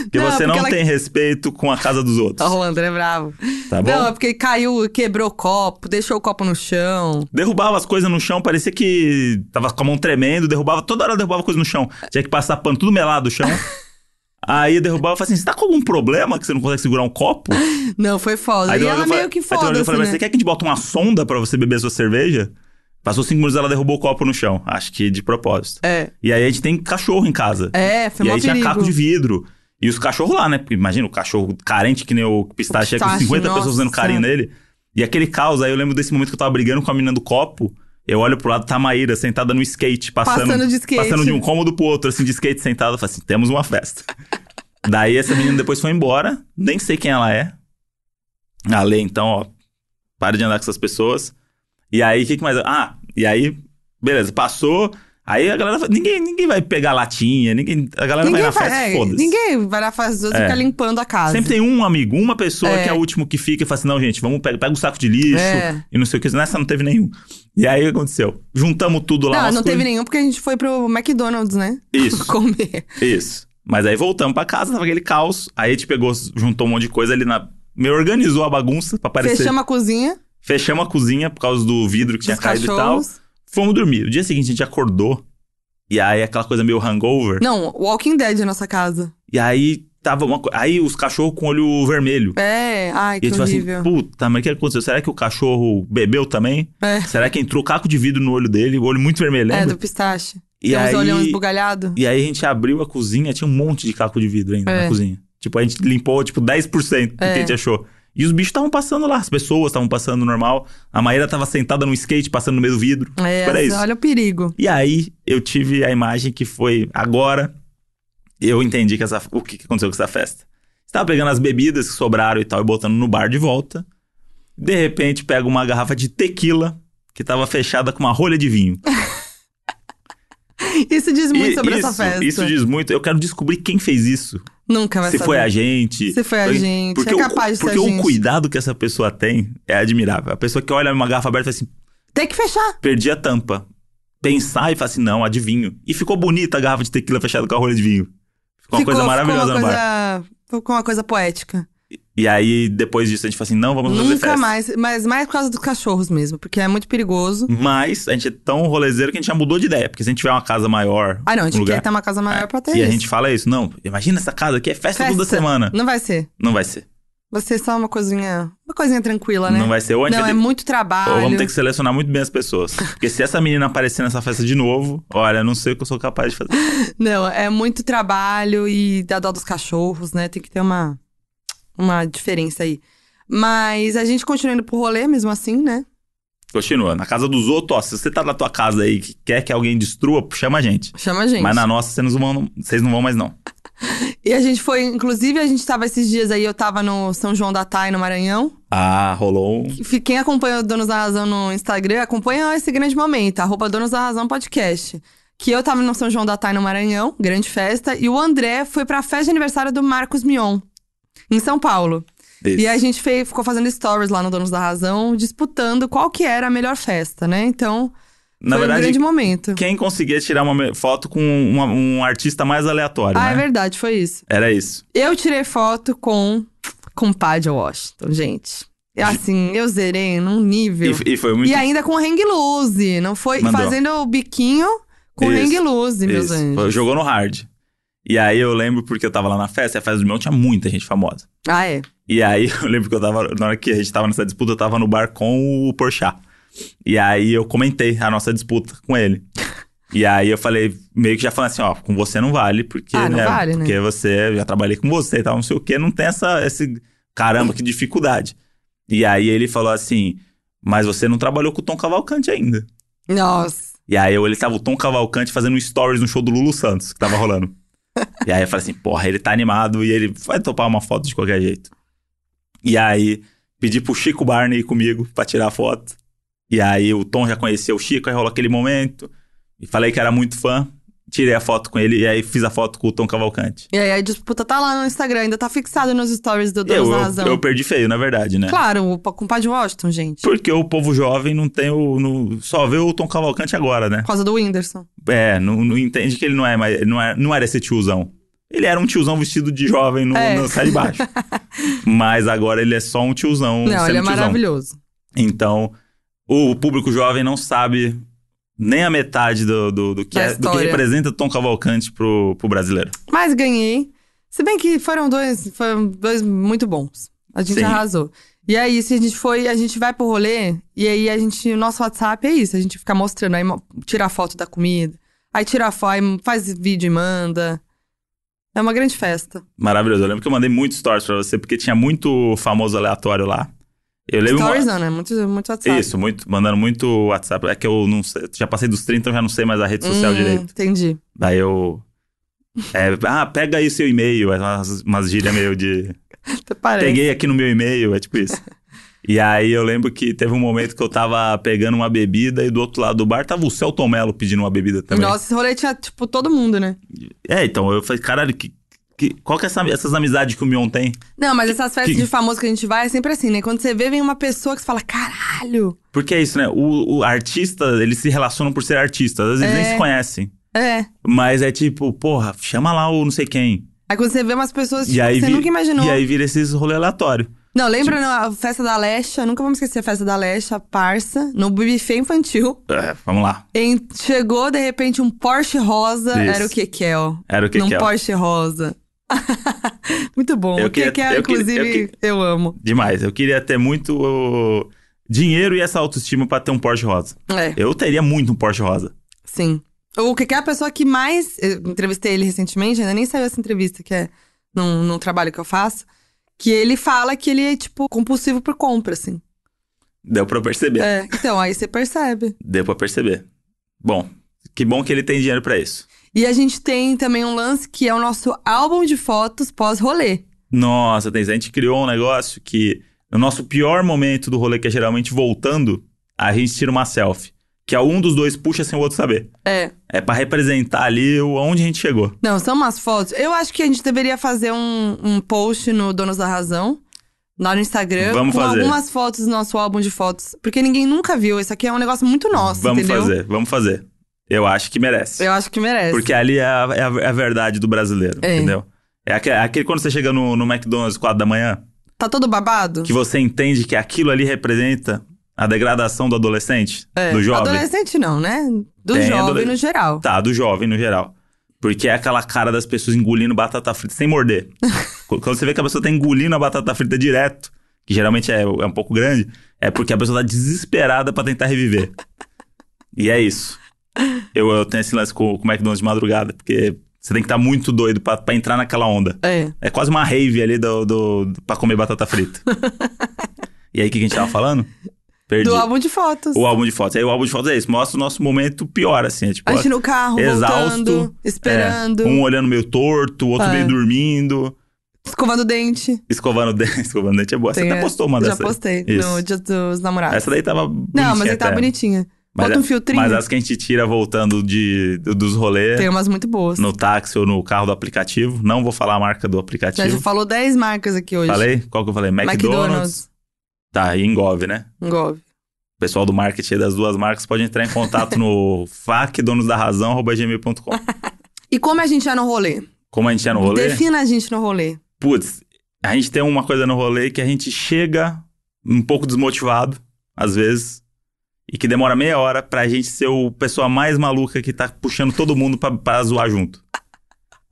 Porque Não, você porque não ela- tem respeito com a casa dos outros. Ó, o André é bravo. Tá bom? Não, é porque caiu, quebrou o copo, deixou o copo no chão. Derrubava as coisas no chão, parecia que tava com a mão tremendo, derrubava, toda hora derrubava coisa no chão. Tinha que passar pano tudo melado do chão. Aí derrubava e falava assim: você tá com algum problema que você não consegue segurar um copo? Não, foi foda. Aí e tem hora ela eu falei- meio que aí tem hora foda-se, Eu falei, mas né? você quer que a gente bota uma sonda pra você beber a sua cerveja? Passou cinco minutos ela derrubou o copo no chão. Acho que de propósito. É, E aí a gente tem cachorro em casa. é, foi e mó aí tinha perigo. caco de vidro. E os cachorros lá, né? Porque imagina o cachorro carente, que nem o pistache, é com Pistache, 50 pessoas nossa fazendo carinho nele. E aquele caos, aí eu lembro desse momento que eu tava brigando com a menina do copo. Eu olho pro lado, tá a Maíra sentada no skate, passando, Passando de skate. passando de um cômodo pro outro, assim, de skate sentada. Eu falei assim, temos uma festa. Daí essa menina depois foi embora, nem sei quem ela é. A Lê, então, ó, para de andar com essas pessoas. E aí, o que, que mais? Ah, e aí, beleza, passou. Aí a galera, ninguém, ninguém vai pegar latinha, ninguém, a galera vai na vai- festa, é, foda-se. ninguém vai na festa dos outros É. e fica limpando a casa. Sempre tem um amigo, uma pessoa É. que é o último que fica e fala assim: não, gente, vamos pegar, pega um saco de lixo É. e não sei o que. Nessa não teve nenhum. E aí o que aconteceu? Juntamos tudo lá. Não, umas não teve coisas- nenhum porque a gente foi pro McDonald's, né? Isso. Comer. Isso. Mas aí voltamos pra casa, tava aquele caos. Aí a gente pegou, juntou um monte de coisa ali na. Me organizou a bagunça pra parecer. Fechamos a cozinha Fechamos a cozinha por causa do vidro que tinha dos caído e tal. cachorros. Fomos dormir. O dia seguinte a gente acordou. E aí aquela coisa meio hangover. Não, Walking Dead é a nossa casa. E aí tava uma coisa. Aí os cachorros com olho vermelho. É, ai, E a que gente horrível. fala assim, puta, mas o que aconteceu? Será que o cachorro bebeu também? É. Será que entrou caco de vidro no olho dele, o olho muito vermelho, é, lembra? do pistache. E Tem uns aí- olhão esbugalhado. E aí a gente abriu a cozinha, tinha um monte de caco de vidro ainda na É. cozinha. Tipo, a gente limpou, tipo, 10% do que a gente achou. E os bichos estavam passando lá, as pessoas estavam passando normal. A Maíra tava sentada no skate, passando no meio do vidro. É, Era isso. olha o perigo. E aí eu tive a imagem que foi agora. Eu entendi que essa, o que que aconteceu com essa festa. Estava pegando as bebidas que sobraram e tal e botando no bar de volta. De repente pega uma garrafa de tequila que estava fechada com uma rolha de vinho. Isso diz É muito E sobre isso, essa festa. Isso diz muito. Eu quero descobrir quem fez isso. Nunca vai Se saber. foi a gente. Se foi a gente, é o- capaz de ser a Porque o gente. cuidado que essa pessoa tem é admirável. A pessoa que olha uma garrafa aberta e fala assim, Tem que fechar. perdi a tampa. Pensar e falar assim, não, adivinho. E ficou bonita a garrafa de tequila fechada com a rolha de vinho. Ficou, uma coisa maravilhosa ficou uma no bar. coisa, ficou uma coisa poética. E aí, depois disso, a gente falou assim, não, vamos fazer Nunca festa. mais, mas mais por causa dos cachorros mesmo, porque é muito perigoso. Mas a gente é tão rolezeiro que a gente já mudou de ideia. Porque se a gente tiver uma casa maior, Ah, não, a um gente lugar... quer ter uma casa maior pra ter E a isso. gente fala isso, não, imagina essa casa aqui, é festa, toda Festa. semana. Não vai ser. Não vai ser. Vai ser só uma coisinha, uma coisinha tranquila, né? Não vai ser. Ou a gente Não, vai é ter- muito trabalho. Ou vamos ter que selecionar muito bem as pessoas. Porque se essa menina aparecer nessa festa de novo, olha, não sei o que eu sou capaz de fazer. Não, é muito trabalho e dá dó dos cachorros, né? Tem que ter uma, uma diferença aí. Mas a gente continua indo pro rolê mesmo assim, né? Continua. Na casa dos outros, ó, se você tá na tua casa aí que quer que alguém destrua, chama a gente. Chama a gente. Mas na nossa, vocês não vão, vocês não vão mais, não. E a gente foi, inclusive, a gente tava esses dias aí, eu tava no São João da Tai, no Maranhão. Ah, rolou um. Fi- Quem acompanha o Donos da Razão no Instagram, acompanha esse grande momento, arroba Donos da Razão Podcast. Que eu tava no São João da Tai, no Maranhão, grande festa. E o André foi pra festa de aniversário do Marcos Mion, em São Paulo. Isso. E é, aí a gente fez, ficou fazendo stories lá no Donos da Razão, disputando qual que era a melhor festa, né? Então, Na foi um verdade, grande momento. quem conseguia tirar uma me- foto com uma- um artista mais aleatório, Ah, é né? verdade, foi isso. Era isso. Eu tirei foto com com o Padre Washington, gente. E assim, eu zerei num nível. E, e foi muito. E, ainda com hang loose, não foi? Mandou. Fazendo o biquinho com Isso, hang loose, meus isso. anjos. Foi- Jogou no hard. E aí eu lembro porque eu tava lá na festa, e a festa do meu tinha muita gente famosa. Ah, é. E aí eu lembro que eu tava. Na hora que a gente tava nessa disputa, eu tava no bar com o Porchat. E aí eu comentei a nossa disputa com ele. E aí eu falei, meio que já falando assim, ó, com você não vale, porque, Ah, não né, vale, né? porque você, já trabalhei com você e tal, não sei o quê, não tem essa, esse, caramba, que dificuldade. E aí ele falou assim, mas você não trabalhou com o Tom Cavalcante ainda. Nossa. E aí eu, ele tava o Tom Cavalcante fazendo um stories no show do Lulu Santos, que tava rolando. e aí eu falei assim, porra, ele tá animado e ele vai topar uma foto de qualquer jeito. E aí pedi pro Chico Barney ir comigo pra tirar a foto. E aí o Tom já conheceu o Chico, aí rolou aquele momento. E falei que era muito fã, tirei a foto com ele e aí fiz a foto com o Tom Cavalcante. E aí a disputa tá lá no Instagram, ainda tá fixado nos stories do Donos eu, da eu- Razão. eu perdi feio, na verdade, né? Claro, o- com o Padre Washington, gente. Porque o povo jovem não tem o. não- só vê o Tom Cavalcante agora, né? Por causa do Whindersson. É, não, não entende que ele não é, mais, não, é, não era esse tiozão. Ele era um tiozão vestido de jovem no, É. no sai de baixo. Mas agora ele é só um tiozão. não, sendo ele é tiozão. maravilhoso. Então, o público jovem não sabe nem a metade do, do, do que, Da é- do que história. representa Tom Cavalcante pro, pro brasileiro. Mas ganhei. Se bem que foram dois, foram dois muito bons. A gente Sim. arrasou. E aí, se a gente foi, a gente vai pro rolê, e aí a gente, o nosso WhatsApp é isso, a gente fica mostrando, aí mo- tira foto da comida, aí tira foto, faz vídeo e manda. É uma grande festa. Maravilhoso. Eu lembro que eu mandei muitos stories pra você, porque tinha muito famoso aleatório lá. Eu lembro uma- Stories não, né? Muito, muito WhatsApp. Isso, muito, mandando muito WhatsApp. É que eu não sei, já passei dos 30, eu já não sei mais a rede social Hum, direito. Entendi. Daí eu. é, ah, pega aí seu e-mail. É umas, umas gírias meio de. Até parece. Peguei aqui no meu e-mail, é tipo isso. E aí eu lembro que teve um momento que eu tava pegando uma bebida e do outro lado do bar tava o Celton Mello pedindo uma bebida também. Nossa, esse rolê tinha, tipo, todo mundo, né? É, então eu falei, caralho, que, que- qual que é essa, essas amizades que o Mion tem? Não, mas essas festas que- de famoso que a gente vai é sempre assim, né? Quando você vê, vem uma pessoa que você fala, caralho. Porque é isso, né? O, o artista, eles se relacionam por ser artistas. Às vezes É. nem se conhecem. É. Mas é tipo, porra, chama lá o não sei quem. Aí quando você vê umas pessoas E tipo, aí que você vi- nunca imaginou. E aí Tipo- vira esses rolê aleatório. Não, lembra na festa da Alexa? Nunca vamos esquecer a festa da Alexa, parça, no buffet infantil. É, vamos lá. Em- chegou, de repente, um Porsche rosa. Isso. Era o Kekel. Era o que Num que é. Porsche rosa. Muito bom. Eu o Kekel, queria- eu queria- inclusive, eu eu, queria- amo. Demais. Eu queria ter muito ô, dinheiro e essa autoestima pra ter um Porsche rosa. É, Eu teria muito um Porsche rosa. sim. O Kekel é a pessoa que mais... Eu entrevistei ele recentemente, ainda nem saiu essa entrevista, que é num, num trabalho que eu faço. Que ele fala que ele é, tipo, compulsivo por compra, assim. Deu pra perceber. É, então, aí você percebe. Deu pra perceber. Bom, que bom que ele tem dinheiro pra isso. E a gente tem também um lance que é o nosso álbum de fotos pós-rolê. Nossa, tem, a gente criou um negócio que no nosso pior momento do rolê, que é geralmente voltando, a gente tira uma selfie. Que é um dos dois puxa sem o outro saber. É. É pra representar ali o- onde a gente chegou. Não, são umas fotos. Eu acho que a gente deveria fazer um, um post no Donos da Razão, lá no Instagram, Vamos com fazer. algumas fotos do nosso álbum de fotos. Porque ninguém nunca viu. Isso aqui é um negócio muito nosso, vamos entendeu? fazer, vamos fazer. Eu acho que merece. Eu acho que merece. Porque ali é a, é a- é a verdade do brasileiro, É. entendeu? É aque- é aquele, quando você chega no, no McDonald's 4 da manhã, Tá todo babado? que você entende que aquilo ali representa a degradação do adolescente, É. do jovem. Adolescente não, né? Do Tem jovem adolescente. no geral. Tá, do jovem no geral. Porque é aquela cara das pessoas engolindo batata frita sem morder. Qu- quando você vê que a pessoa tá engolindo a batata frita direto, que geralmente é, é um pouco grande, é porque a pessoa tá desesperada pra tentar reviver. e é isso. Eu, eu tenho esse lance com, com o McDonald's de madrugada, porque você tem que estar muito doido pra pra entrar naquela onda. É. É quase uma rave ali do, do, do- pra comer batata frita. e aí, o que, que a gente tava falando? Perdi. Do álbum de fotos. O álbum de fotos. Aí o álbum de fotos é isso. Mostra o nosso momento pior, assim. É, tipo, A gente no carro, Exausto. voltando, é, esperando, um olhando meio torto, o outro É. meio dormindo, escovando o dente. escovando o dente. Escovando o dente é boa. Você Tem, até é, postou uma Já dessa. aí. postei Isso. no Dia dos Namorados. Essa daí tava bonitinha Não, mas ele tá até. bonitinha. Mas Bota a- um filtrinho. Mas as que a gente tira voltando de, do- dos rolês, Tem umas muito boas. no táxi ou no carro do aplicativo. Não vou falar a marca do Já, já aplicativo. falou 10 marcas aqui hoje. Falei? Qual que eu falei? McDonald's. McDonald's. Tá, e Engov, né? Engove. O pessoal do marketing das duas marcas pode entrar em contato no facdonosdarrazão.gmail.com. E como a gente é no rolê? Como a gente é no rolê... Defina a gente no rolê. putz, a gente tem uma coisa no rolê que a gente chega um pouco desmotivado, às vezes, e que demora meia hora pra gente ser o pessoa mais maluca que tá puxando todo mundo pra, pra zoar junto.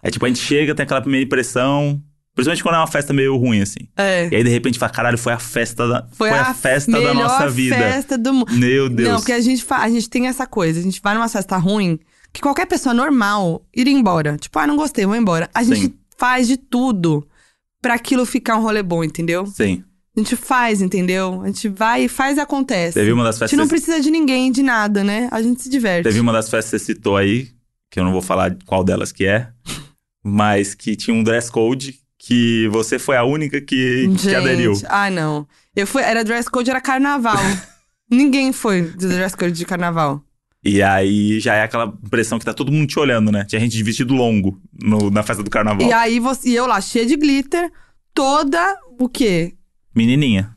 É tipo, a gente chega, tem aquela primeira impressão, Principalmente quando é uma festa meio ruim, assim. É. E aí, de repente, fala, caralho, foi a festa da, foi a festa da melhor nossa vida. festa do mundo. Meu Deus. Não, é porque a gente, fa- a gente tem essa coisa. A gente vai numa festa ruim que qualquer pessoa normal iria embora. Tipo, ah, não gostei, vou embora. A gente Sim. faz de tudo pra aquilo ficar um rolê bom, entendeu? Sim. A gente faz, entendeu? A gente vai e faz e acontece. Teve uma das A festas. gente não precisa de ninguém, de nada, né? A gente se diverte. Teve um uma das festas que você citou aí, que eu não vou falar qual delas que é, mas que tinha um dress code que você foi a única que, que Gente, aderiu. Ah, não. Eu fui, era dress code, era carnaval. Ninguém foi do dress code de carnaval. E aí já é aquela impressão que tá todo mundo te olhando, né? Tinha gente de vestido longo no- na festa do carnaval. E aí você, e eu lá, cheia de glitter, toda o quê? Menininha.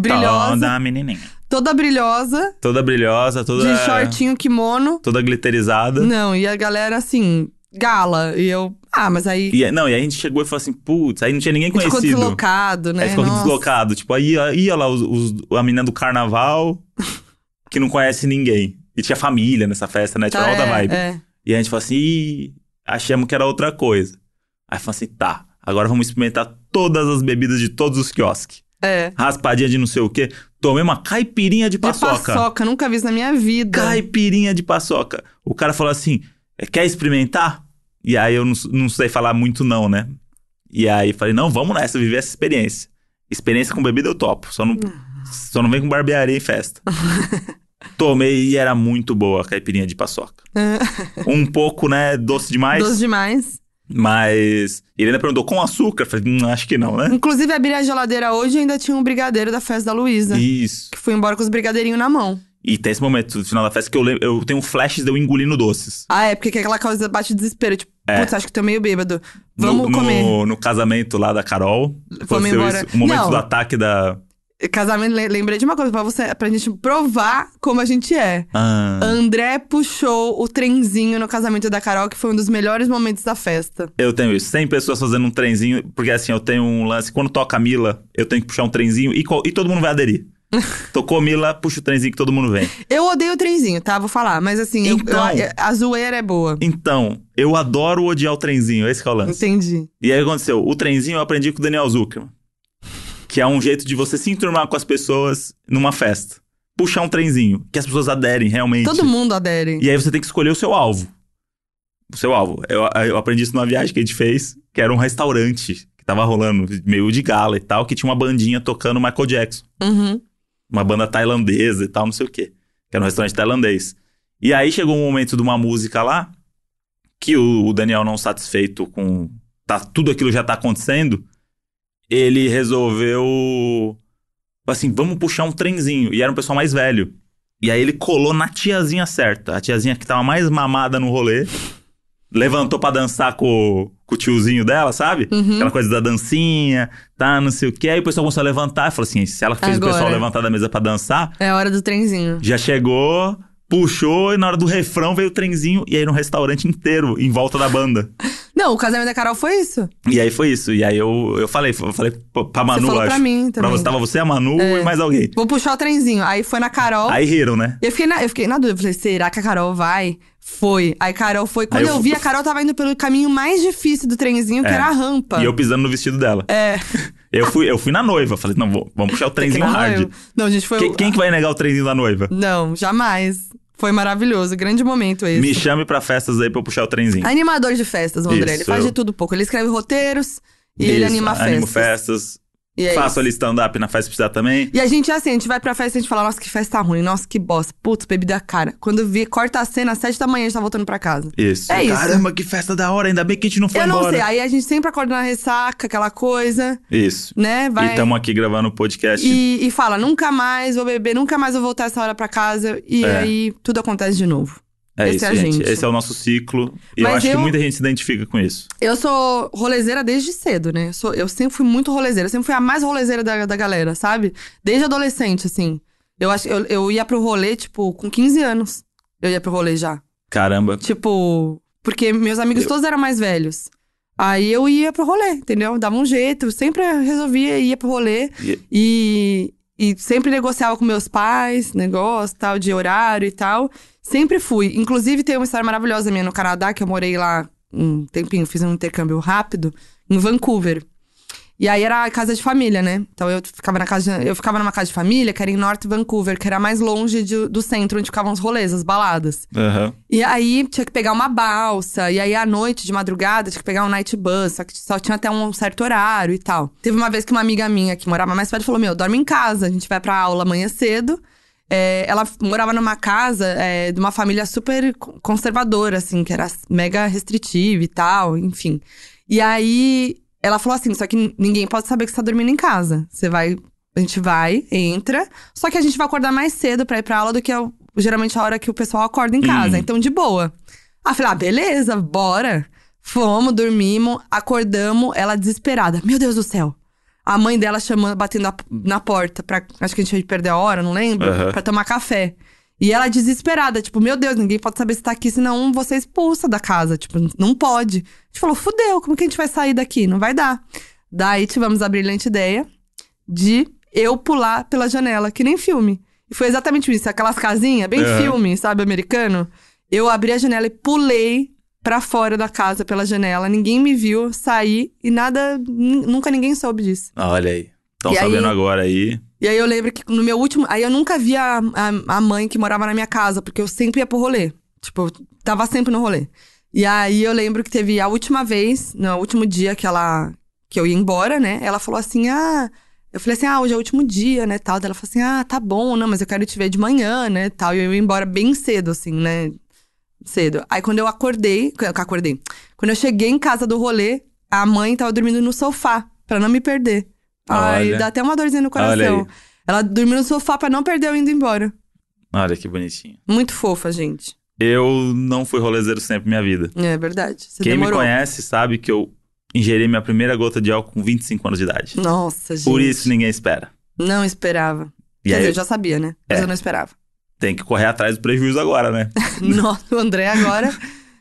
Brilhosa. Toda menininha. Toda brilhosa, Toda brilhosa, toda. de shortinho, kimono. Toda glitterizada. Não, e a galera assim, gala. E eu, ah, mas aí E, não, e aí a gente chegou e falou assim, putz, aí não tinha ninguém a gente ficou conhecido. deslocado, né? Aí ficou Nossa. deslocado. Tipo, aí aí ia lá os, os- a menina do carnaval que não conhece ninguém. E tinha família nessa festa, né? Tipo, Tá, alta é, vibe. é. E a gente falou assim, Ih, achamos que era outra coisa. Aí falou assim, tá, agora vamos experimentar todas as bebidas de todos os quiosques. É. Raspadinha de não sei o quê. Tomei uma caipirinha de De paçoca. paçoca, nunca vi isso na minha vida. Caipirinha de paçoca. O cara falou assim, "É, quer experimentar? E aí eu não, não sei falar muito não, né? E aí falei, não, vamos nessa, viver essa experiência. Experiência com bebida eu topo, só não, só não vem com barbearia e festa. Tomei e era muito boa a caipirinha de paçoca. Um pouco, né, doce demais. Doce demais. Mas ele ainda perguntou com açúcar. Eu Falei, hum, acho que não, né? Inclusive, abri a geladeira hoje e ainda tinha um brigadeiro da festa da Luísa. Isso. Que fui embora com os brigadeirinhos na mão. E tem esse momento no final da festa que eu lembro, eu tenho flashes de eu engolindo doces. Ah, é, porque que é aquela coisa bate desespero. Tipo, putz, acho que tô meio bêbado. É. Vamos no, no- comer. No casamento lá da Carol. Aconteceu embora. isso. O momento Não. do ataque da. Casamento, le- lembrei de uma coisa pra você, pra gente provar como a gente é. Ah, André puxou o trenzinho no casamento da Carol, que foi um dos melhores momentos da festa. eu tenho isso. 100 pessoas fazendo um trenzinho. Porque assim, eu tenho um lance. Quando toca a Mila, eu tenho que puxar um trenzinho e, co- e todo mundo vai aderir. Tocou Mila, puxa o trenzinho que todo mundo vem. Eu odeio o trenzinho, tá? Vou falar. Mas assim, eu- Então. eu- a zoeira é boa. Então, eu adoro odiar o trenzinho. Esse que é o lance. Entendi. E aí aconteceu, o trenzinho eu aprendi com o Daniel Zuckerman. Que é um jeito de você se enturmar com as pessoas numa festa. Puxar um trenzinho, que as pessoas aderem realmente. Todo mundo adere. E aí você tem que escolher o seu alvo. O seu alvo. Eu, eu aprendi isso numa viagem que a gente fez, que era um restaurante que tava rolando, meio de gala e tal, que tinha uma bandinha tocando Michael Jackson Uhum. uma banda tailandesa e tal, não sei o quê. Que era um restaurante tailandês. E aí chegou um momento de uma música lá, que o, o Daniel não satisfeito com tá, tudo aquilo já tá acontecendo, ele resolveu, assim, vamos puxar um trenzinho. E era um pessoal mais velho. E aí ele colou na tiazinha certa, a tiazinha que tava mais mamada no rolê. Levantou pra dançar com, com o tiozinho dela, sabe? Uhum. Aquela coisa da dancinha, tá, não sei o quê. Aí o pessoal começou a levantar e falou assim: se ela fez o Agora. pessoal levantar da mesa pra dançar, É a hora do trenzinho. já chegou, puxou e na hora do refrão veio o trenzinho e aí no restaurante inteiro, em volta da banda. Não, o casamento da Carol foi isso. E aí foi isso. E aí eu, eu falei, eu falei pra- pra Manu, Você falou acho. pra mim também. É. você, tava você, a Manu e mais alguém. Vou puxar o trenzinho. Aí foi na Carol. Aí riram, né? Eu fiquei, na, eu fiquei na dúvida, eu falei, será que a Carol vai? Foi. Aí Carol foi. Quando Aí eu, eu- vi, a Carol tava indo pelo caminho mais difícil do trenzinho, que É. era a rampa. E eu pisando no vestido dela. É. Eu fui, eu fui na noiva, falei, não, vou, vamos puxar o trenzinho Não, hard. eu- Não, gente, foi. Quem, quem que vai negar o trenzinho da noiva? Não, jamais. Foi maravilhoso. Grande momento esse. Me chame pra festas aí pra eu puxar o trenzinho. Animador de festas, o André. Isso, ele faz eu- de tudo um pouco. Ele escreve roteiros e ele Isso, anima Animo festas. festas. E é faço isso. ali stand-up na festa se precisar também. E a gente é assim, a gente vai pra festa e a gente fala, nossa, que festa ruim, nossa, que bosta. Putz, bebida cara. Quando eu vi, corta a cena, às sete da manhã, a gente tá voltando pra casa. Isso. É isso. Caramba, que festa da hora, ainda bem que a gente não foi eu não embora. sei, aí a gente sempre acorda na ressaca, aquela coisa, Isso. né? Vai. E estamos aqui gravando o podcast. E, e fala, nunca mais vou beber, nunca mais vou voltar essa hora pra casa. E É. aí tudo acontece de novo. É esse isso, é a gente. gente. Esse é o nosso ciclo. E eu Mas acho eu- que muita gente se identifica com isso. Eu sou rolezeira desde cedo, né? Eu, sou- eu sempre fui muito rolezeira. Eu sempre fui a mais rolezeira da, da galera, sabe? Desde adolescente, assim. Eu, acho, eu, eu ia pro rolê, tipo, com 15 anos. Eu ia pro rolê já. Caramba. Tipo, porque meus amigos todos eram mais velhos. Aí eu ia pro rolê, entendeu? Dava um jeito, sempre resolvia ia pro rolê. E- E, e sempre negociava com meus pais, negócio, tal, de horário e tal. Sempre fui. Inclusive, tem uma história maravilhosa minha no Canadá, que eu morei lá um tempinho, fiz um intercâmbio rápido, em Vancouver. E aí era casa de família, né? Então eu ficava na casa, eu ficava numa casa de família que era em North Vancouver, que era mais longe de- do centro onde ficavam os rolês, as baladas. Aham. E aí tinha que pegar uma balsa, e aí à noite, de madrugada, tinha que pegar um night bus, só que só tinha até um certo horário e tal. Teve uma vez que uma amiga minha que morava mais perto falou: Meu, dorme em casa, a gente vai pra aula amanhã cedo. É, ela f- morava numa casa é, de uma família super co- conservadora, assim, que era mega restritiva e tal, enfim. E aí ela falou assim: só que n- ninguém pode saber que você tá dormindo em casa. Você vai. A gente vai, entra. Só que a gente vai acordar mais cedo pra ir pra aula do que é o- geralmente a hora que o pessoal acorda em casa. Hum. Então, de boa. Aí eu falei: ah, beleza, bora. Fomos, dormimos, acordamos. Ela desesperada: Meu Deus do céu. A mãe dela chamando, batendo a- na porta pra. Acho que a gente ia perder a hora, não lembro. Aham. Pra tomar café. E ela desesperada, tipo, meu Deus, ninguém pode saber se tá aqui, senão você é expulsa da casa. Tipo, não pode. A gente falou, fudeu, como que a gente vai sair daqui? Não vai dar. Daí tivemos a brilhante ideia de eu pular pela janela, que nem filme. E foi exatamente isso, aquelas casinhas, bem Aham. filme, sabe, americano. Eu abri a janela e pulei pra fora da casa pela janela. Ninguém me viu, saí e nada, n- nunca ninguém soube disso. Ah, Olha aí. Estão E aí- sabendo agora aí. E aí eu lembro que no meu último. Aí eu nunca vi a, a, a mãe que morava na minha casa, porque eu sempre ia pro rolê. Tipo, eu tava sempre no rolê. E aí eu lembro que teve a última vez, no último dia que ela. que eu ia embora, né? Ela falou assim: ah. Eu falei assim, ah, hoje é o último dia, né, tal. Daí ela falou assim, ah, tá bom, não, mas eu quero te ver de manhã, né, tal. E eu ia embora bem cedo, assim, né, cedo. Aí quando eu acordei, que eu acordei, quando eu cheguei em casa do rolê, a mãe tava dormindo no sofá, pra não me perder. Ai, Olha. dá até uma dorzinha no Olha aí. coração. Ela dormiu no sofá pra não perder eu indo embora. Olha que bonitinho. Muito fofa, gente. Eu não fui rolezeiro sempre na minha vida. É verdade. Você Quem demorou. me conhece sabe que eu ingeri minha primeira gota de álcool com 25 anos de idade. Nossa, Hum, gente. Por isso ninguém espera. Não esperava. E Quer aí dizer, eu já sabia, né? Mas É. eu não esperava. tem que correr atrás do prejuízo agora, né? Nossa, o André agora.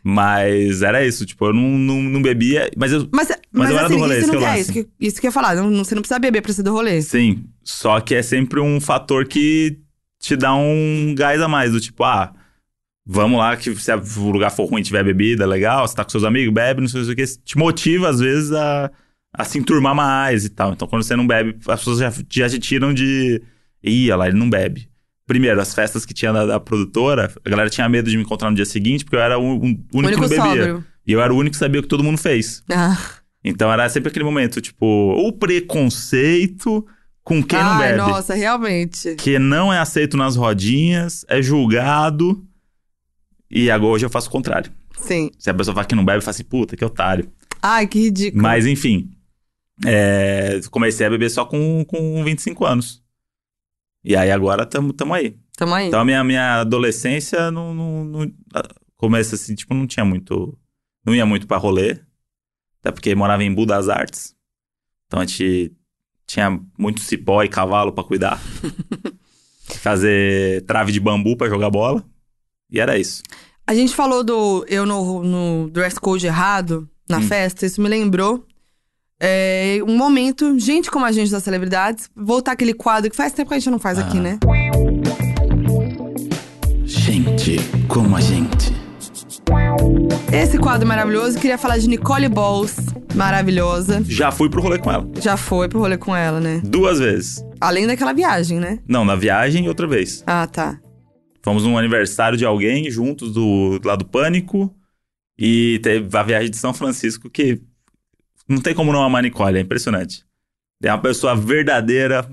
Mas era isso, tipo, eu não, não, não bebia, mas eu. Mas, mas, eu era assim, do rolê, isso isso que não eu quer. lance. Isso que, isso que eu ia falar. Não, você não precisa beber pra ser do rolê. Sim, só que é sempre um fator que te dá um gás a mais, do tipo, ah, vamos lá, que se o lugar for ruim tiver bebida, legal, você tá com seus amigos, bebe, não sei o que, te motiva às vezes a, a se enturmar mais e tal. Então quando você não bebe, as pessoas já, já te tiram de. Ih, olha lá, ele não bebe. Primeiro, as festas que tinha da, da produtora, a galera tinha medo de me encontrar no dia seguinte, porque eu era o un- O único que único não bebia. sóbrio. E eu era o único que sabia o que todo mundo fez. Ah, Então era sempre aquele momento, tipo, o preconceito com quem não Ai, bebe. nossa, realmente. Que não é aceito nas rodinhas, é julgado. E agora hoje eu faço o contrário. Sim. Se a pessoa fala que não bebe, eu falo assim, puta, que otário. Ai, que ridículo. Mas enfim, é, comecei a beber só com, com 25 anos. E aí agora tamo, tamo aí. Tamo aí. Então a minha, minha adolescência não, não, não- ah, começa assim, tipo, não tinha muito. Não ia muito pra rolê. Até porque morava em Embu das Artes. Então a gente tinha muito cipó e cavalo pra cuidar. Fazer trave de bambu pra jogar bola. E era isso. A gente falou do eu no, no dress code errado na Hum. festa, isso me lembrou. é, um momento, gente como a gente das celebridades, voltar aquele quadro que faz tempo que a gente não faz Ah. aqui, né? Gente, como a gente. Esse quadro maravilhoso, queria falar de Nicole Balls, maravilhosa. Já fui pro rolê com ela. Já foi pro rolê com ela, né? Duas vezes. Além daquela viagem, né? Não, na viagem e outra vez. Ah, tá. Fomos num aniversário de alguém juntos do lá do Pânico. E teve a viagem de São Francisco que não tem como não amar a Nicole, é impressionante. É uma pessoa verdadeira,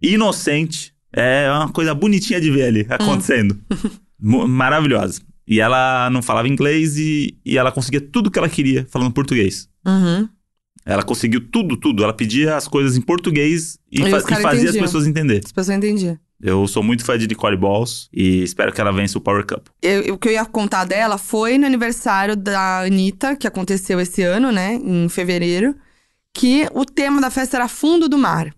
inocente. É uma coisa bonitinha de ver Hum. ali acontecendo. Mu- Maravilhosa. E ela não falava inglês e, e ela conseguia tudo que ela queria falando português. Uhum. Ela conseguiu tudo, tudo. Ela pedia as coisas em português e, E fa- os e caras fazia as entendiam. pessoas entender. As pessoas entendiam. Eu sou muito fã de Nicole Balls e espero que ela vença o Power Cup. Eu- eu- o que eu ia contar dela foi no aniversário da Anitta, que aconteceu esse ano, né? Em fevereiro. Que o tema da festa era fundo do mar.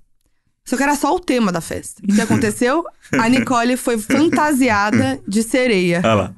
Só que era só o tema da festa. O que aconteceu? A Nicole foi fantasiada de sereia. Olha lá.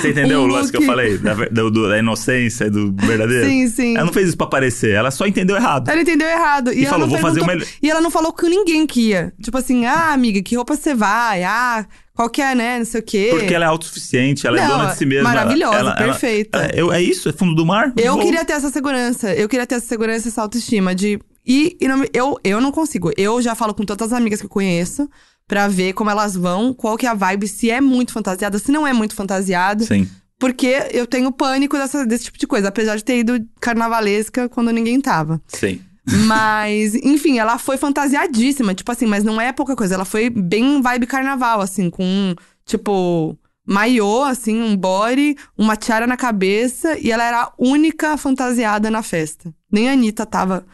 Você entendeu Um o lance que eu look- falei? Da, ver- do- do- da inocência e do verdadeiro? Sim, sim. Ela não fez isso pra aparecer, ela só entendeu errado. Ela entendeu errado. É, E, E ela falou, não "Vou fazer o perguntou- melhor." E ela não falou com ninguém que ia. Tipo assim, ah, amiga, que roupa você vai? Ah, qual que é, né? Não sei o quê. Porque ela é autossuficiente, ela é Não, dona de si mesma. ela- Maravilhosa, ela- ela- perfeita. ela- eu- é isso? É fundo do mar? Eu Vou- queria ter essa segurança. Eu queria ter essa segurança e essa autoestima de E, e não me- eu, eu não consigo. Eu já falo com todas as amigas que eu conheço pra ver como elas vão, qual que é a vibe, se é muito fantasiada, se não é muito fantasiada. Sim. Porque eu tenho pânico dessa- desse tipo de coisa, apesar de ter ido carnavalesca quando ninguém tava. Sim. Mas, enfim, ela foi fantasiadíssima, tipo assim, mas não é pouca coisa. Ela foi bem vibe carnaval, assim, com, tipo, maiô, assim, um body, uma tiara na cabeça, e ela era a única fantasiada na festa. Nem a Anitta tava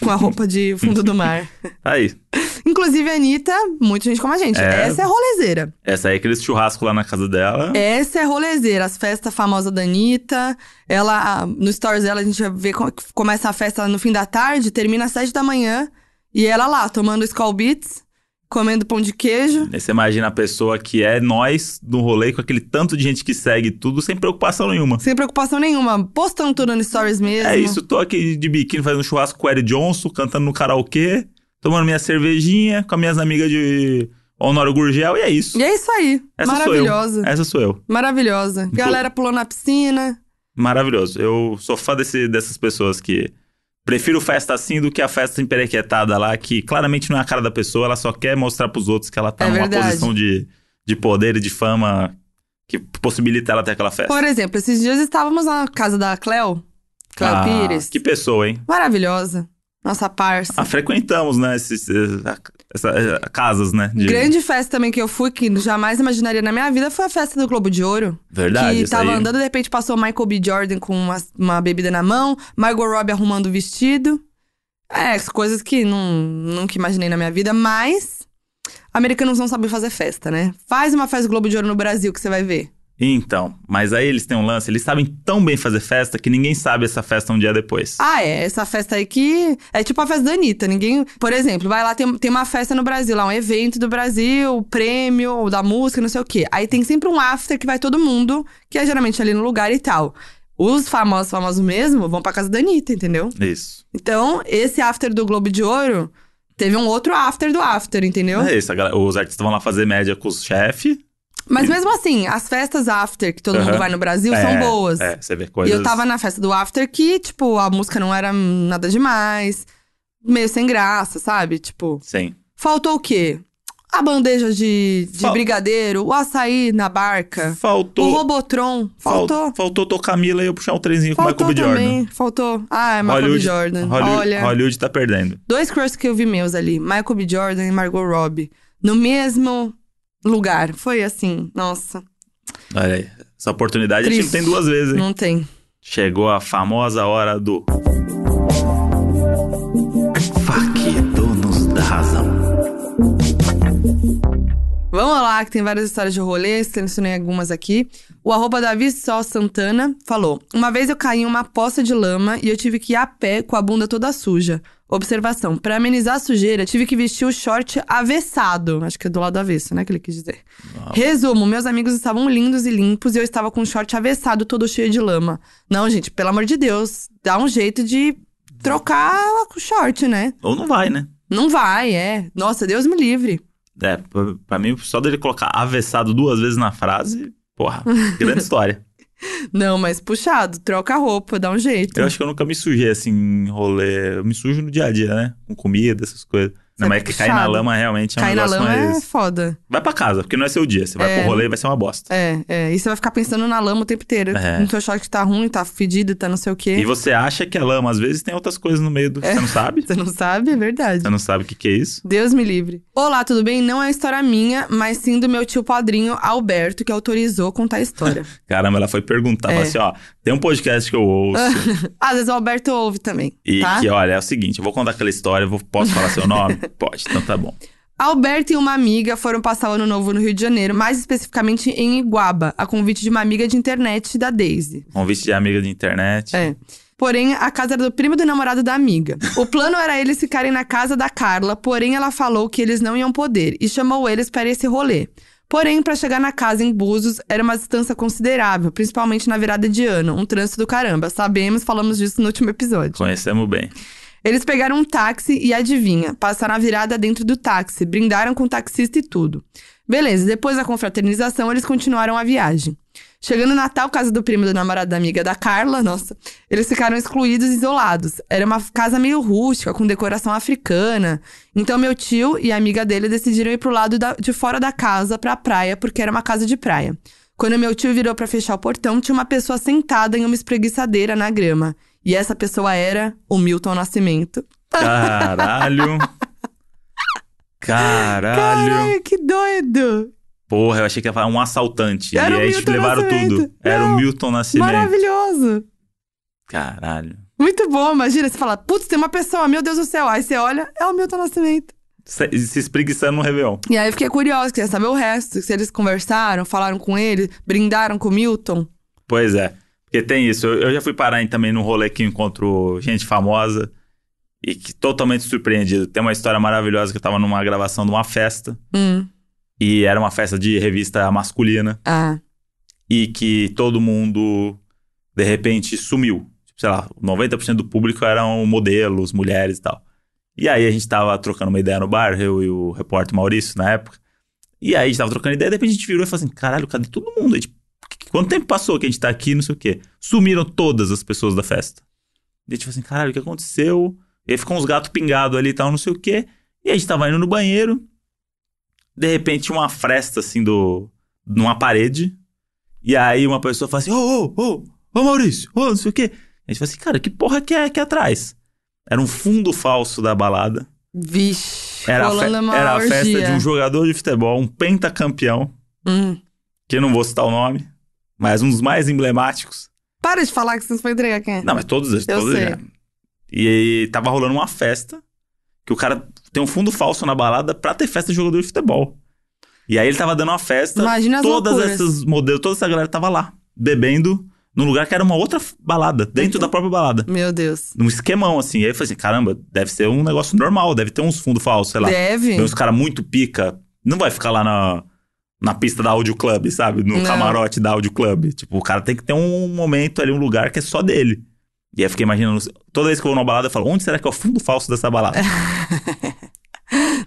com a roupa de fundo do mar. Tá Aí. Inclusive, a Anitta, muita gente como a gente. É. Essa é rolezeira. Essa aí é aquele churrasco lá na casa dela. Essa é rolezeira, as festas famosas da Anitta. Ela, a- no stories dela, a gente já vê como é que começa a festa no fim da tarde, termina às sete da manhã. E ela lá, tomando Skull Beats, comendo pão de queijo. Aí você imagina a pessoa que é nós no rolê com aquele tanto de gente que segue tudo sem preocupação nenhuma. Sem preocupação nenhuma, postando tudo no stories mesmo. É isso, tô aqui de biquíni fazendo churrasco com o Eric Johnson, cantando no karaokê, tomando minha cervejinha com as minhas amigas de Honório Gurgel, e é isso. E é isso aí. Essa sou eu. É. maravilhosa. Essa sou eu. Maravilhosa. Galera pulou na piscina. Maravilhoso. Eu sou fã desse, dessas pessoas que prefiro festa assim do que a festa emperequetada lá, que claramente não é a cara da pessoa, ela só quer mostrar pros outros que ela tá É numa verdade. posição de, de poder e de fama que possibilita ela ter aquela festa. Por exemplo, esses dias estávamos na casa da Cleo. Cleo Ah, Pires. Que pessoa, hein? Maravilhosa. Nossa parça. Ah, frequentamos, né, esses, eh, essa- eh, casas, né? de- Grande festa também que eu fui, que jamais imaginaria na minha vida, foi a festa do Globo de Ouro. Verdade, que isso tava aí. andando, de repente passou Michael B. Jordan com uma, uma bebida na mão, Margot Robbie arrumando o vestido. É, coisas que não, nunca imaginei na minha vida, mas americanos não sabem fazer festa, né? Faz uma festa Globo de Ouro no Brasil que você vai ver. Então, mas aí eles têm um lance, eles sabem tão bem fazer festa que ninguém sabe essa festa um dia depois. Ah, é, essa festa aí que. É tipo a festa da Anitta. Ninguém. Por exemplo, vai lá, tem, tem uma festa no Brasil, lá, um evento do Brasil, prêmio da música, não sei o quê. Aí tem sempre um after que vai todo mundo, que é geralmente ali no lugar e tal. Os famosos, famosos mesmo, vão pra casa da Anitta, entendeu? Isso. Então, esse after do Globo de Ouro teve um outro after do after, entendeu? É isso, a galera- os artistas vão lá fazer média com os chefes. Mas mesmo assim, as festas after que todo Aham. mundo vai no Brasil são É, boas. É, você vê E coisas. eu tava na festa do After que, tipo, a música não era nada demais, meio sem graça, sabe? Tipo, Sim. faltou o quê? A bandeja de, de Fal- brigadeiro, o açaí na barca, Faltou. o Robotron, fal- faltou. Faltou tocar Mila e eu puxar um trenzinho com Faltou o Michael B. Jordan. também, faltou. Ah, é Michael B. Jordan. Hollywood, Olha, Hollywood tá perdendo. dois crushes que eu vi meus ali, Michael B. Jordan e Margot Robbie, no mesmo lugar. Foi assim, nossa, Olha aí. Essa oportunidade a gente Triste. tem duas vezes, hein? não tem. Chegou a famosa hora do. Fuck, donos da razão. Vamos lá, que tem várias histórias de rolê, selecionei algumas aqui. O arroba Davi Sol Santana falou: Uma vez eu caí em uma poça de lama e eu tive que ir a pé com a bunda toda suja. Observação: para amenizar a sujeira, tive que vestir o short avessado. Acho que é do lado avesso, né? Que ele quis dizer. Resumo: meus amigos estavam lindos e limpos e eu estava com o short avessado todo cheio de lama. Não, gente, pelo amor de Deus, dá um jeito de trocar o short, né? Ou não vai, né? Não vai, é. Nossa, Deus me livre. É, pra, pra mim, só dele colocar avessado duas vezes na frase, porra, grande história. Não, mas puxado, troca a roupa, dá um jeito. Eu acho que eu nunca me sujei assim em rolê. Eu me sujo no dia a dia, né? Com comida, essas coisas. Não, é mas é que cair na puxado. lama realmente é um Cair na negócio lama é mais. foda. Vai pra casa, porque não é seu dia. Você vai É. pro rolê e vai ser uma bosta. É, é. E você vai ficar pensando na lama o tempo inteiro. É. No seu short tá ruim, tá fedido, tá não sei o quê. E você acha que é lama, às vezes tem outras coisas no meio do. É. Você não sabe? Você não sabe? É verdade. Você não sabe o que, que é isso? Deus me livre. Olá, tudo bem? Não é história minha, mas sim do meu tio padrinho Alberto, que autorizou contar a história. Caramba, ela foi perguntar. Falou É. assim: ó, tem um podcast que eu ouço. Às vezes o Alberto ouve também, e tá? que, olha, é o seguinte: eu vou contar aquela história, eu vou, posso falar seu nome? Pode, então tá bom. Alberto e uma amiga foram passar o ano novo no Rio de Janeiro, mais especificamente em Iguaba, a convite de uma amiga de internet da Daisy. Convite de amiga de internet. É. Porém, a casa era do primo do namorado da amiga. O plano era eles ficarem na casa da Carla, porém ela falou que eles não iam poder e chamou eles para esse rolê. Porém, para chegar na casa em Búzios era uma distância considerável, principalmente na virada de ano, um trânsito do caramba. Sabemos, falamos disso no último episódio. Conhecemos bem. Eles pegaram um táxi e adivinha, passaram a virada dentro do táxi, brindaram com o taxista e tudo. Beleza, depois da confraternização, eles continuaram a viagem. Chegando no Natal, casa do primo do namorado da amiga da Carla, nossa, eles ficaram excluídos e isolados. Era uma casa meio rústica, com decoração africana. Então meu tio e a amiga dele decidiram ir pro lado da- de fora da casa, pra praia, porque era uma casa de praia. Quando meu tio virou pra fechar o portão, tinha uma pessoa sentada em uma espreguiçadeira na grama. E essa pessoa era o Milton Nascimento. Caralho. Caralho. Ai, que doido! Porra, eu achei que ia falar um assaltante. Era e o aí é Milton levaram Nascimento. tudo. Era o Não. Milton Nascimento. Maravilhoso! Caralho. Muito bom, imagina. Você fala, putz, tem uma pessoa, meu Deus do céu. Aí você olha, é o Milton Nascimento. Se, se espreguiçando no Réveillon. E aí eu fiquei curiosa, queria saber o resto. Se eles conversaram, falaram com ele, brindaram com o Milton. Pois é. Porque tem isso. Eu, eu já fui parar em- também num rolê que eu encontro gente famosa e que totalmente surpreendido. Tem uma história maravilhosa que eu tava numa gravação de uma festa. Hum, E era uma festa de revista masculina. ah, E que todo mundo, de repente, sumiu. Tipo, Sei lá, 90% do público eram modelos, mulheres e tal. E aí a gente tava trocando uma ideia no bar, eu e o repórter Maurício, na época. E aí a gente tava trocando ideia, de repente a gente virou e falou assim: caralho, cadê todo mundo? A gente, quanto tempo passou que a gente tá aqui, não sei o quê? Sumiram todas as pessoas da festa. E a gente falou assim: caralho, o que aconteceu? E aí ficou uns gatos pingados ali e tal, não sei o quê. E a gente tava indo no banheiro. De repente, uma fresta assim do. numa parede. E aí uma pessoa fala assim: ô, ô, ô, ô Maurício, ô, não sei o quê. A gente falou assim: cara, que porra que é aqui atrás? Era um fundo falso da balada. vixe. Era, a fe- rolando uma era a festa orgia. de um jogador de futebol, um pentacampeão, Hum. que eu não vou citar o nome, mas um dos mais emblemáticos. Para de falar que vocês vão entregar quem é. Não, mas todos, Eu todos sei. né? E tava rolando uma festa que o cara tem um fundo falso na balada pra ter festa de jogador de futebol. E aí ele tava dando uma festa, Imagina as todas loucuras. essas modelos, toda essa galera tava lá, bebendo num lugar que era uma outra f- balada, Uhum. dentro da própria balada. Meu Deus. Num esquemão, assim. E aí eu falei assim, caramba, deve ser um negócio normal, deve ter uns fundos falsos, sei lá. Deve? Vê uns caras muito pica, não vai ficar lá na, na pista da Audio Club, sabe? No Não. camarote da Audio Club. Tipo, o cara tem que ter um momento ali, um lugar que é só dele. E aí eu fiquei imaginando, toda vez que eu vou numa balada, eu falo, onde será que é o fundo falso dessa balada? É.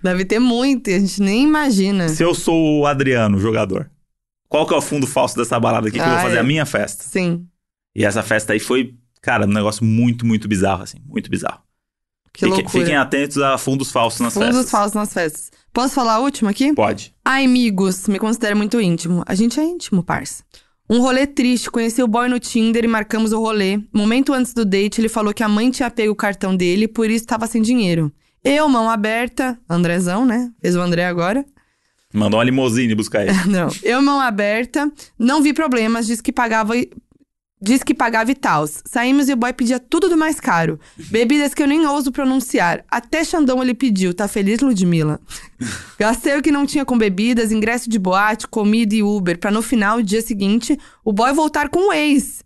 Deve ter muito, e a gente nem imagina. Se eu sou o Adriano, o jogador, qual que é o fundo falso dessa balada aqui que eu vou Ai. fazer a minha festa? Sim. E essa festa aí foi, cara, um negócio muito, muito bizarro, assim, muito bizarro. Que Fiquem- loucura. Fiquem atentos a fundos falsos nas Fundos festas. falsos nas festas. Posso falar a última aqui? Pode. Ai, amigos, me considero muito íntimo. A gente é íntimo, parça. Um rolê triste, conheci o boy no Tinder e marcamos o rolê. Momento antes do date, ele falou que a mãe tinha pego o cartão dele, por isso tava sem dinheiro. Eu, mão aberta, Andrezão, né? Fez o André agora. Mandou uma limousine buscar ele. Não, eu, mão aberta, não vi problemas, disse que pagava. e- Diz que pagava e tals. Saímos e o boy pedia tudo do mais caro. Bebidas que eu nem ouso pronunciar. Até Xandão ele pediu. Tá feliz, Ludmilla? Gastei o que não tinha com bebidas, ingresso de boate, comida e Uber. Pra no final, dia seguinte, o boy voltar com o ex.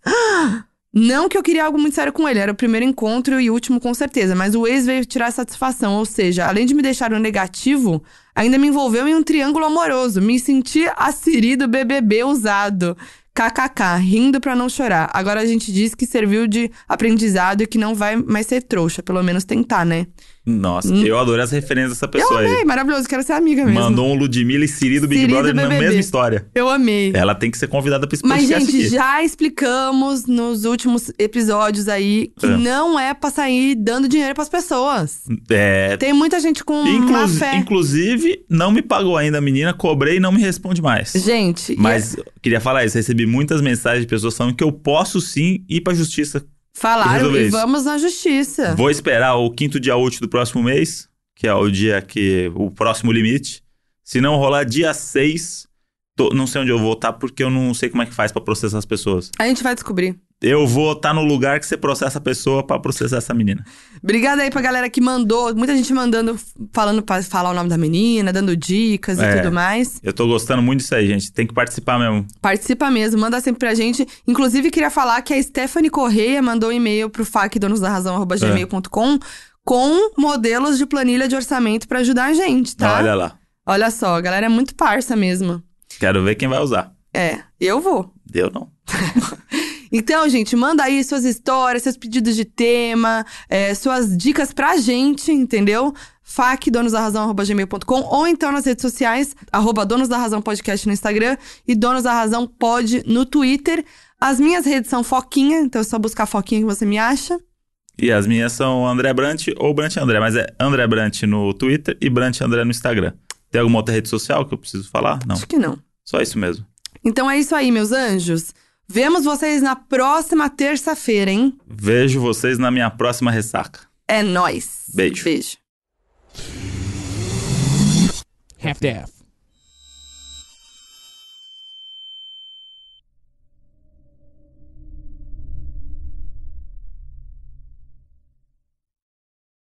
Não que eu queria algo muito sério com ele, era o primeiro encontro e último com certeza, mas o ex veio tirar satisfação, ou seja, além de me deixar no negativo, ainda me envolveu em um triângulo amoroso. Me senti a Siri do BBB usado. KKK, rindo pra não chorar. Agora a gente diz que serviu de aprendizado e que não vai mais ser trouxa, pelo menos tentar, né? Nossa, eu adorei as referências dessa Eu pessoa aí. amei, maravilhoso, quero ser amiga mesmo. Mandou um Ludmilla e Siri do Big Siri do Brother na BBB. mesma história. Eu amei. Ela tem que ser convidada pra esse Mas, podcast gente, É, aqui. já explicamos nos últimos episódios aí que É. não é pra sair dando dinheiro pras pessoas. É, Tem muita gente com Hum, má inclusi- fé. inclusive, não me pagou ainda a menina, cobrei e não me responde mais. Gente, e- Mas queria falar isso, recebi muitas mensagens de pessoas falando que eu posso sim ir pra justiça. falaram resolver e isso. vamos na justiça. Vou esperar o quinto dia útil do próximo mês, que é o dia que. o próximo limite. Se não rolar dia 6, não sei onde eu vou estar, porque eu não sei como é que faz pra processar as pessoas. A gente vai descobrir. Eu vou estar no lugar que você processa a pessoa pra processar essa menina. Obrigada aí pra galera que mandou. Muita gente mandando, falando pra falar o nome da menina, dando dicas e É. tudo mais. Eu tô gostando muito disso aí, gente. Tem que participar mesmo. Tá. Participa mesmo, manda sempre pra gente. Inclusive, queria falar que a Stephanie Correia mandou um e-mail pro facdonosdarrazão.gmail.com com modelos de planilha de orçamento pra ajudar a gente, tá? Então, Olha lá. Olha só, a galera é muito parça mesmo. Quero ver quem vai usar. É, eu vou. Deu não. Então, gente, manda aí suas histórias, seus pedidos de tema, é, suas dicas pra gente, entendeu? fac donosdarrazão.gmail.com ou então nas redes sociais, arroba Donos da Razão Podcast no Instagram e Donos da Razão Pod no Twitter. As minhas redes são Foquinha, então é só buscar Foquinha que você me acha. E as minhas são André Brant ou Brant André, mas é André Brant no Twitter e Brant André no Instagram. Tem alguma outra rede social que eu preciso falar? Não. Acho que não. Só isso mesmo. Então é isso aí, meus anjos. Vemos vocês na próxima terça-feira, hein? Vejo vocês na minha próxima ressaca. É nóis. Beijo. Beijo. Half-daff.